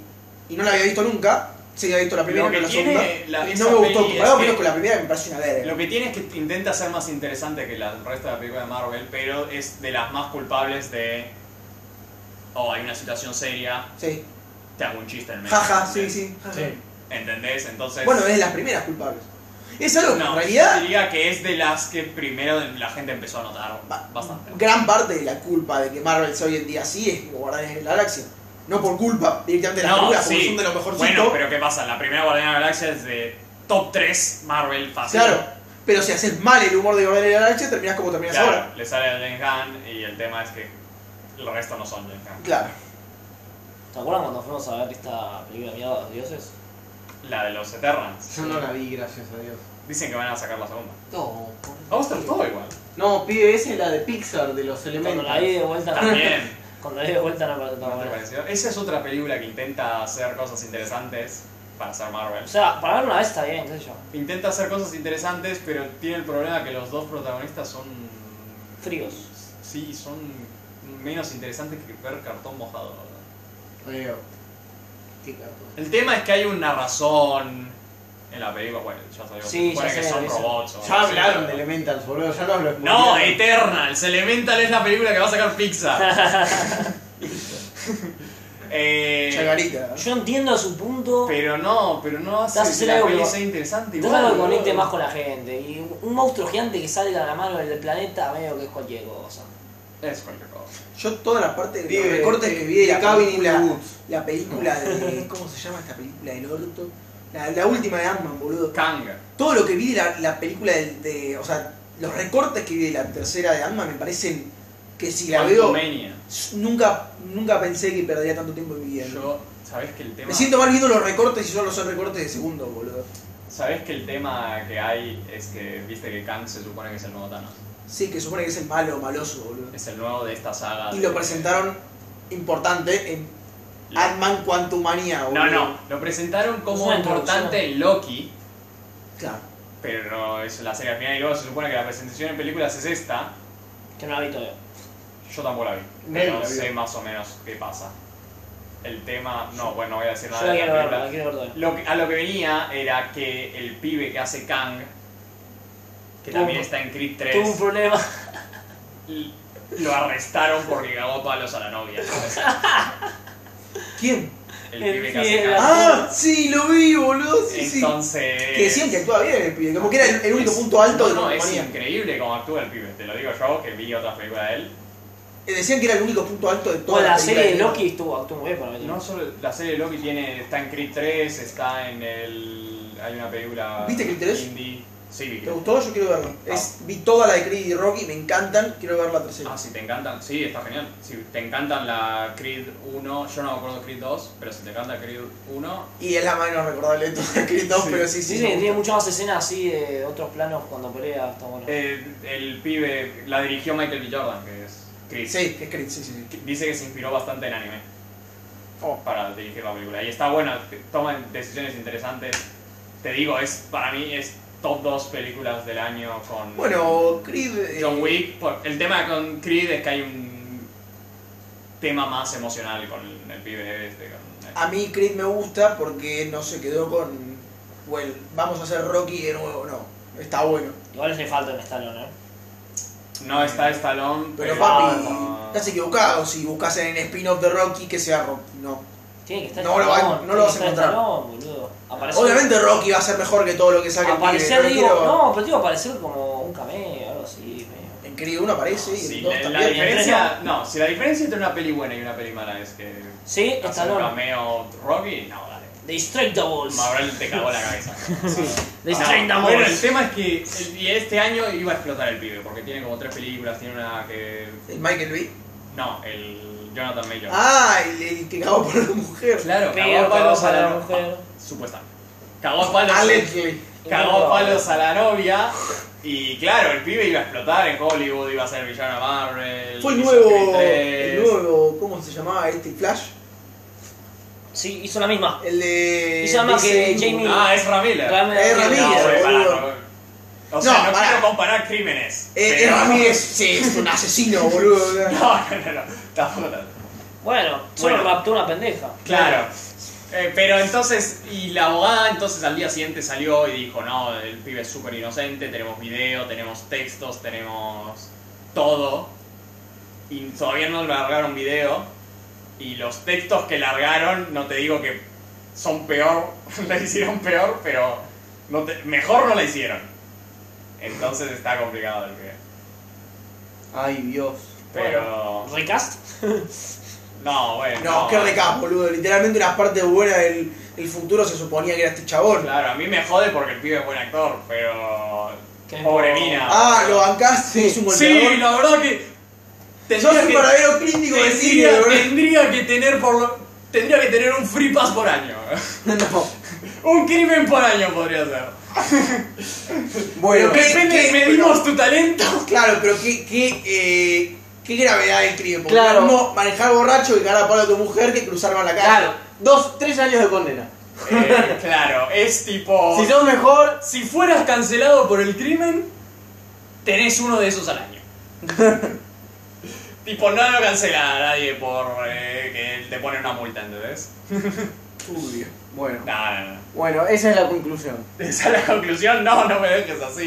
Speaker 3: y no la había visto nunca. Sí, había visto la primera,
Speaker 1: Lo que
Speaker 3: pero la
Speaker 1: tiene
Speaker 3: segunda.
Speaker 1: la-
Speaker 3: y
Speaker 1: esa
Speaker 3: no me gustó.
Speaker 1: peli es
Speaker 3: Comparado
Speaker 1: que-
Speaker 3: menos con la primera, me pareció una verga.
Speaker 1: Lo que tiene es que intenta ser más interesante que el resto de la película de Marvel, pero es de las más culpables de. Oh, hay una situación seria,
Speaker 3: Sí,
Speaker 1: te hago un chiste en medio.
Speaker 3: jaja, sí, sí. jaja.
Speaker 1: ¿Entendés? Entonces.
Speaker 3: Bueno, es de las primeras culpables. Es algo que
Speaker 1: no,
Speaker 3: en realidad
Speaker 1: yo diría que es de las que primero la gente empezó a notar bastante.
Speaker 3: gran parte de la culpa de que Marvel sea hoy en día así es Guardianes de la Galaxia. No por culpa directamente de las
Speaker 1: No,
Speaker 3: películas,
Speaker 1: sí.
Speaker 3: porque son de lo mejorcito.
Speaker 1: Bueno, pero ¿qué pasa? La primera Guardiana de la Galaxia es de top 3 Marvel fácil.
Speaker 3: Claro, pero si haces mal el humor de Guardianes de la Galaxia, terminás como terminás
Speaker 1: Claro,
Speaker 3: ahora.
Speaker 1: le sale a James Gunn y el tema es que el resto no son James Gunn.
Speaker 3: Claro.
Speaker 4: ¿Te acuerdan cuando fuimos a ver esta película mierda de los dioses?
Speaker 1: La de los Eternals.
Speaker 2: Yo no la vi, gracias a Dios.
Speaker 1: Dicen que van a sacar la segunda.
Speaker 2: No,
Speaker 1: A vos te gustó igual.
Speaker 2: no, pibe, esa es la de Pixar, de los
Speaker 4: Cuando
Speaker 2: elementos.
Speaker 4: la vi de vuelta,
Speaker 1: También.
Speaker 4: cuando la vi de vuelta no me pareció
Speaker 1: ¿No
Speaker 4: tan
Speaker 1: te
Speaker 4: buena.
Speaker 1: pareció? Esa es otra película que intenta hacer cosas interesantes para hacer Marvel.
Speaker 4: O sea, para ver una vez está bien, qué sé yo.
Speaker 1: Intenta hacer cosas interesantes, pero tiene el problema que los dos protagonistas son.
Speaker 4: Fríos.
Speaker 1: Sí, son menos interesantes que ver cartón mojado. la verdad.
Speaker 2: Creo. Qué cartón.
Speaker 1: El tema es que hay una razón en la película. Bueno, ya sabemos
Speaker 4: Sí,
Speaker 1: supone
Speaker 4: ya
Speaker 1: que
Speaker 4: sé,
Speaker 1: son
Speaker 4: eso.
Speaker 1: robots. o
Speaker 2: Ya
Speaker 1: algo así,
Speaker 2: hablaron de
Speaker 1: pero-
Speaker 2: Elementals, boludo, ya no este hablo
Speaker 1: No, Eternals. Elemental es la película que va a sacar Pixar. Eh,
Speaker 3: Chacarita.
Speaker 4: Yo entiendo su punto.
Speaker 1: pero no, pero no
Speaker 4: Estás
Speaker 1: hace que
Speaker 4: haciendo
Speaker 1: la peli
Speaker 4: algo-
Speaker 1: sea interesante.
Speaker 4: Entonces
Speaker 1: igual,
Speaker 4: algo que conecte
Speaker 1: boludo.
Speaker 4: más con la gente. Y un- un monstruo gigante que salga a la mano del planeta, medio que es cualquier cosa.
Speaker 1: Es cualquier cosa.
Speaker 3: Yo toda la parte de los
Speaker 2: Pibe,
Speaker 3: recortes
Speaker 2: eh,
Speaker 3: que vi de la
Speaker 2: Cabin in the
Speaker 3: película,
Speaker 2: Woods.
Speaker 3: la película de... ¿Cómo se llama esta película del orto? La, la última de Ant-Man, boludo.
Speaker 1: Kang.
Speaker 3: Todo lo que vi de la, la película de, de- O sea, los recortes que vi de la tercera de Ant-Man me parecen que si la veo...
Speaker 1: Quantumania.
Speaker 3: Nunca, nunca pensé que perdería tanto tiempo en mi vida.
Speaker 1: Yo, ¿sabés que el tema?
Speaker 3: Me siento mal viendo los recortes y solo son recortes de segundo, boludo.
Speaker 1: ¿Sabés que el tema que hay es que viste que Kang se supone que es el nuevo Thanos?
Speaker 3: Sí, que supone que es el malo, maloso, boludo.
Speaker 1: Es el nuevo de esta saga.
Speaker 3: Y
Speaker 1: de-
Speaker 3: lo presentaron importante en Ant-Man Quantumania, boludo.
Speaker 1: No, no, lo presentaron
Speaker 4: Es
Speaker 1: como
Speaker 4: una
Speaker 1: importante en Loki.
Speaker 3: Claro.
Speaker 1: Pero no es la serie al final y luego se supone que la presentación en películas es esta.
Speaker 4: Que no la vi todavía.
Speaker 1: Yo tampoco la vi.
Speaker 2: la
Speaker 1: Pero
Speaker 2: vio.
Speaker 1: sé más o menos qué pasa. El tema. No, bueno, no voy a decir
Speaker 4: Yo
Speaker 1: nada
Speaker 4: la
Speaker 1: de la
Speaker 4: quiero ver,
Speaker 1: película.
Speaker 4: la quiero ver todavía.
Speaker 1: Lo que- a lo que venía era que el pibe que hace Kang, que
Speaker 4: Tuvo
Speaker 1: también
Speaker 4: un-
Speaker 1: está en Creed
Speaker 4: Tuve un
Speaker 1: 3,
Speaker 4: problema.
Speaker 1: l- lo arrestaron porque cagó palos a la novia.
Speaker 3: ¿Quién?
Speaker 1: El,
Speaker 4: El
Speaker 1: pibe que
Speaker 4: pibe
Speaker 1: hace
Speaker 4: la-
Speaker 1: Kang.
Speaker 3: Ah, sí, lo vi, boludo. Sí, sí.
Speaker 1: Entonces.
Speaker 3: Que decían que actúa bien el pibe, como que era el, el único punto alto de
Speaker 1: No, no, es
Speaker 3: Quantumania.
Speaker 1: increíble cómo actúa el pibe. Te lo digo yo, que vi otra película de él.
Speaker 3: Eh, Decían que era el único punto alto de toda
Speaker 4: O la serie de
Speaker 3: película.
Speaker 4: Loki estuvo, actuó muy bien para mí.
Speaker 1: No solo la serie de Loki tiene, está en Creed 3, está en el. Hay una película.
Speaker 3: ¿Viste Creed 3?
Speaker 1: Indie. Sí, vi
Speaker 3: ¿Te
Speaker 1: Creed.
Speaker 3: gustó? Yo quiero verla. Es, vi toda la de Creed y Rocky, me encantan, quiero ver la tercera.
Speaker 1: Ah, si te encantan, sí, está genial. Si te encantan la Creed 1, yo no me acuerdo Creed 2, pero si te encanta Creed 1,
Speaker 3: Y es la menos recordable de todas las Creed 2,
Speaker 1: Sí.
Speaker 3: pero sí, sí.
Speaker 4: Sí, sí,
Speaker 3: me
Speaker 4: tiene
Speaker 3: gusta.
Speaker 4: muchas más escenas así de otros planos cuando pelea, está bueno.
Speaker 1: eh, el pibe la dirigió Michael B. Jordan, que es Creed.
Speaker 3: Sí, que es Creed, sí, sí. sí.
Speaker 1: Que- Dice que se inspiró bastante en anime
Speaker 3: Oh.
Speaker 1: para dirigir la película. Y está buena, te- toma decisiones interesantes. Te digo, es para mí es top 2 películas del año con.
Speaker 3: Bueno, Creed. eh,
Speaker 1: John Wick, por- el tema con Creed es que hay un tema más emocional con el, el pibe este. con el-
Speaker 3: A mí Creed me gusta porque no se quedó con. Bueno, vamos a hacer Rocky de nuevo, no. Está bueno.
Speaker 4: Igual le falta un estalón, ¿eh?
Speaker 1: no está Stallone,
Speaker 3: Pero
Speaker 1: pero
Speaker 3: papi,
Speaker 1: Eh, no-
Speaker 3: estás equivocado si buscas en el spin-off de Rocky que sea Rocky. No.
Speaker 4: Tiene que estar
Speaker 3: No lo va-
Speaker 4: Stallone,
Speaker 3: no lo vas a
Speaker 4: tiene que estar
Speaker 3: encontrar.
Speaker 4: Stallone, boludo. Aparecer-
Speaker 3: Obviamente Rocky va a ser mejor que todo lo que saque el pibe,
Speaker 4: Aparecer,
Speaker 3: no
Speaker 4: digo,
Speaker 3: quiero-
Speaker 4: no, pero digo, aparecer como un cameo, algo así, medio.
Speaker 3: En Creed 1 aparece y
Speaker 1: Sí,
Speaker 3: en
Speaker 1: la,
Speaker 3: 2
Speaker 1: la
Speaker 3: también.
Speaker 1: diferencia, no, si la diferencia entre una peli buena y una peli mala es que
Speaker 4: Sí,
Speaker 1: hace un
Speaker 4: Stallone.
Speaker 1: cameo Rocky, no, dale.
Speaker 4: The Straightables.
Speaker 1: Marvel te cagó la cabeza.
Speaker 4: The
Speaker 1: No,
Speaker 4: Straightables.
Speaker 1: "Ah, bueno, el tema es que el- y este año iba a explotar el pibe, porque tiene como tres películas, tiene una que...
Speaker 3: ¿El Michael Bay?
Speaker 1: No, el Jonathan Major.
Speaker 3: Ah, el, el que cagó por la mujer.
Speaker 1: claro,
Speaker 4: Pega
Speaker 1: cagó a palos a la,
Speaker 4: palos a la mujer.
Speaker 1: Supuestamente. Cagó a palos,
Speaker 3: Allegedly.
Speaker 1: cagó a palos a la novia. Y claro, el pibe iba a explotar en Hollywood, iba a ser villano de Marvel.
Speaker 3: Fue el
Speaker 1: hizo Creed
Speaker 3: nuevo,
Speaker 1: 3.
Speaker 3: el nuevo, ¿cómo se llamaba este? Flash.
Speaker 4: Sí, hizo la misma.
Speaker 3: El de...
Speaker 4: Y se llama
Speaker 3: de
Speaker 4: que
Speaker 3: ese-
Speaker 4: Jamie-
Speaker 1: Ah, es Ramírez.
Speaker 3: Eh,
Speaker 1: No,
Speaker 3: Ramírez,
Speaker 1: güey, pará,
Speaker 3: boludo. Eh,
Speaker 1: no. O sea, no,
Speaker 3: No, pará.
Speaker 1: quiero comparar crímenes.
Speaker 3: Eh, eh,
Speaker 1: pero-
Speaker 3: Ramírez, sí, es un asesino, boludo.
Speaker 1: No, no, no, no, tampoco tanto.
Speaker 4: Bueno, solo
Speaker 1: Bueno.
Speaker 4: raptó una pendeja.
Speaker 1: Claro. Eh, pero entonces, y la abogada entonces al día siguiente salió y dijo, no, el pibe es súper inocente, tenemos video, tenemos textos, tenemos todo. Y todavía no largaron video. Y los textos que largaron, no te digo que son peor, la hicieron peor, pero no te- mejor no la hicieron. Entonces está complicado el pibe.
Speaker 2: Ay, Dios.
Speaker 1: Pero...
Speaker 4: Recast.
Speaker 1: No, bueno.
Speaker 3: No, qué recap, boludo. Literalmente una parte buena del el futuro se suponía que era este chabón.
Speaker 1: Claro, a mí me jode porque el pibe es buen actor, pero.
Speaker 4: Que es
Speaker 1: Pobre
Speaker 4: como-
Speaker 1: mina.
Speaker 3: Ah, lo bancaste, es un golpeador.
Speaker 6: la verdad que.
Speaker 3: Sos
Speaker 6: Tendría
Speaker 3: un
Speaker 6: que,
Speaker 3: verdadero clínico de cine,
Speaker 6: tendría,
Speaker 3: boludo.
Speaker 6: tendría que tener por lo- Tendría que tener un free pass por año.
Speaker 2: No.
Speaker 6: Un crimen por año podría ser.
Speaker 2: Bueno,
Speaker 3: Pero qué-
Speaker 6: Depende,
Speaker 3: qué-
Speaker 6: medimos tu talento.
Speaker 3: Claro, pero qué, qué, eh, qué gravedad del crimen. Porque
Speaker 2: Claro.
Speaker 3: no es lo mismo manejar borracho y cagar a palo a tu mujer que cruzar mal la calle.
Speaker 2: claro, dos, tres años de condena.
Speaker 1: Eh, claro, es tipo.
Speaker 2: Si sos mejor,
Speaker 6: Si fueras cancelado por el crimen, tenés uno de esos al año.
Speaker 1: Tipo, no lo cancela a nadie por eh, que te pone una multa, ¿entendés?
Speaker 2: bueno.
Speaker 1: No, no, no.
Speaker 2: Bueno, esa es la conclusión.
Speaker 1: Esa es la conclusión, no, no me dejes así.